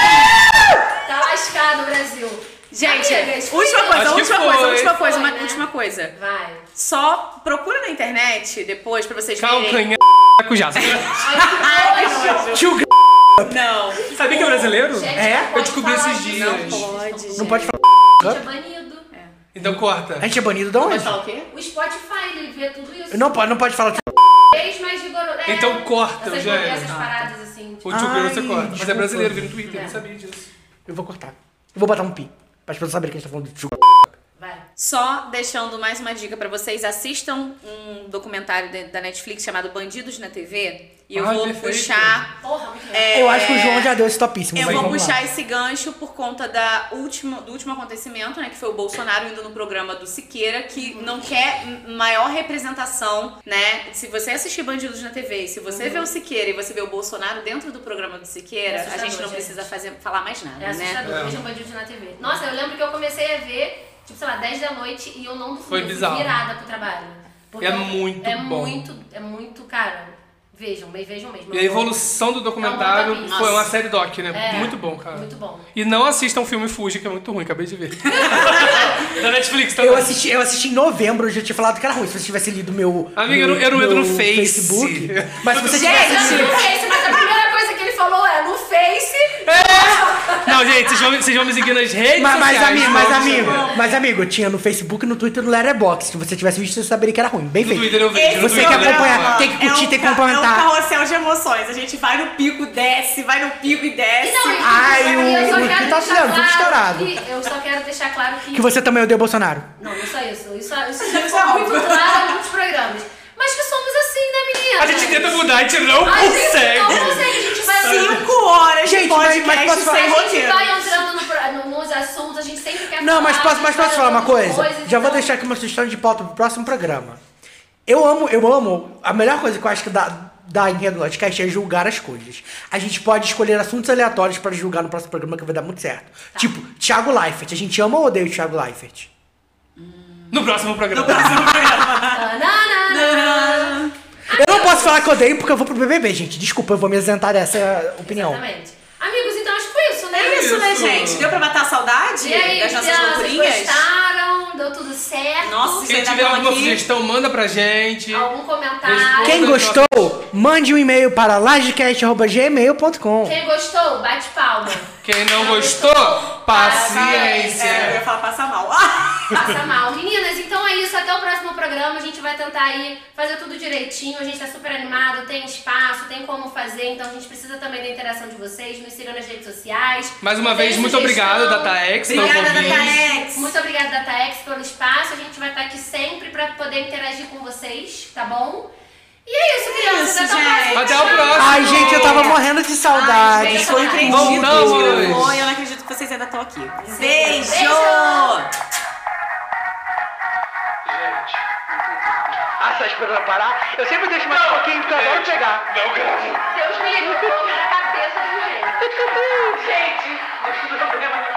Tá lascado o Brasil. Gente, Amigas, última foi. coisa, Acho que última foi, coisa, última foi, coisa, uma né? última coisa. Vai. Só procura na internet depois pra vocês verem. Calcanhar cujá. Ai, que nojo. Tio G- Não. Sabia que é brasileiro? Gente, É? não Eu pode descobri falar esses disso. dias. Não pode falar. Gente, é banido. Então corta. A gente é banido da Pode onde? falar o quê? O Spotify, ele vê tudo isso. Não pode, não pode falar. Fez mais rigoroso. É, Então corta, essas, já era. essas paradas assim. tipo, O tio Pedro você Ai, corta. Mas é desculpa. brasileiro, vi no Twitter, É. não sabia disso. Eu vou cortar. Eu vou botar um pi. Pra as pessoas saberem que a gente tá falando de tio G- Vai. Só deixando mais uma dica pra vocês, assistam um documentário de- da Netflix chamado Bandidos na TV. E eu Ai, vou perfeito. puxar. Porra, muito bom. é, Eu acho que o João já deu esse topíssimo. Eu mas vou vamos lá. puxar esse gancho por conta da última, do último acontecimento, né? Que foi o Bolsonaro indo no programa do Siqueira, que não quer m- maior representação, né? Se você assistir Bandidos na TV, e se você vê o Siqueira e você vê o Bolsonaro dentro do programa do Siqueira, É a assustador, gente não gente. precisa fazer, falar mais nada, É né? assustador, vejam Bandidos na TV. Nossa, eu lembro que eu comecei a ver, tipo, sei lá, 10 da noite e eu não dormi, Foi eu fui bizarro. virada pro trabalho. Porque É eu- muito é bom. Muito, é muito, cara, vejam, bem, vejam mesmo. E a evolução do documentário Não, não tá foi uma Nossa. série doc, né? É. Muito bom, cara. Muito bom. E não assistam o filme Fuji, que é muito ruim, acabei de ver. da Netflix, tá Eu bom. assisti, eu assisti em novembro, eu já tinha falado que era ruim. Se você tivesse lido meu. Amiga, eu meu, não- eu não entro no meu Face. Facebook. Mas se você tivesse Gente, assistido. no Face, mas a primeira coisa que ele falou é no Face. Não, gente, vocês vão, vocês vão me seguir nas redes Mas, mas, sociais. amigo, não mas no amigo, Instagram. mas amigo, tinha no Facebook, no Twitter, no Letterboxd. Se você tivesse visto, você saberia que era ruim. Bem No feito. Twitter eu vejo. no Você Twitter quer eu vejo. acompanhar, é tem que curtir, tem que ca- comentar. É um carrossel de emoções. A gente vai no pico, desce, vai no pico e É desce. Não, e- Ai, e o- eu só o quero que tá deixar sendo claro estourado. que- Eu só quero deixar claro que... Que você também odeia o Bolsonaro. Não, não só isso. Isso, isso já ficou muito claro em muitos programas. Mas que somos assim, né, menina? A gente tenta mudar, a gente não A gente não consegue. consegue, a gente vai... Cinco horas Gente, de mas- podcast mas posso falar- sem assim, A gente roteiro. vai entrando no pro- no- nos assuntos, a gente sempre quer Não, falar, mas posso, a mas gente posso vai falar uma lembrando de coisa? coisas, Já vou então- deixar aqui uma sugestão de pauta pro próximo programa. Eu amo, eu amo. A melhor coisa que eu acho que dá, dá em Rede Lodcast é julgar as coisas. A gente pode escolher assuntos aleatórios para julgar no próximo programa que vai dar muito certo. Tipo, Thiago Leifert. A gente ama ou odeia o Thiago Leifert? No próximo programa. Tananana. Eu não posso falar que eu odeio porque eu vou pro BBB, gente. Desculpa, eu vou me isentar dessa opinião. Exatamente. Amigos, então acho que foi isso, né? É isso, né, Isso. gente? Deu pra matar a saudade E aí, das nossas crianças, loucurinhas? gostaram? Deu tudo certo? Nossa, Quem vocês ainda tiver estão alguma aqui. sugestão, manda pra gente. Algum Responda. comentário? Quem gostou, mande um e-mail para lagecast.gmail.com. Quem gostou, bate palma. Quem não gostou, É, eu paciência. ia falar passar mal. Ah, Passa mal. Meninas, então é isso. Até o próximo programa. A gente vai tentar aí fazer tudo direitinho. A gente tá super animado, tem espaço, tem como fazer. Então a gente precisa também da interação de vocês. Nos sigam nas redes sociais. Mais uma Tem vez, muito sugestão. obrigado, DataX, pelos Obrigada, ouvintes. Dataex. Muito obrigada, DataX, pelo espaço. A gente vai estar aqui sempre pra poder interagir com vocês, tá bom? E é isso, crianças. Isso, Até o gente. próximo. Até o próximo. Ai, gente, eu tava morrendo de gente, saudade. eu não acredito que a Voltamos. gente gravou e eu não acredito que vocês ainda estão aqui. Beijo. Beijo. Ah, tá esperando parar? Eu sempre deixo mais um pouquinho pra agora pegar. Deus me livrou, cabeça do jeito. Gente,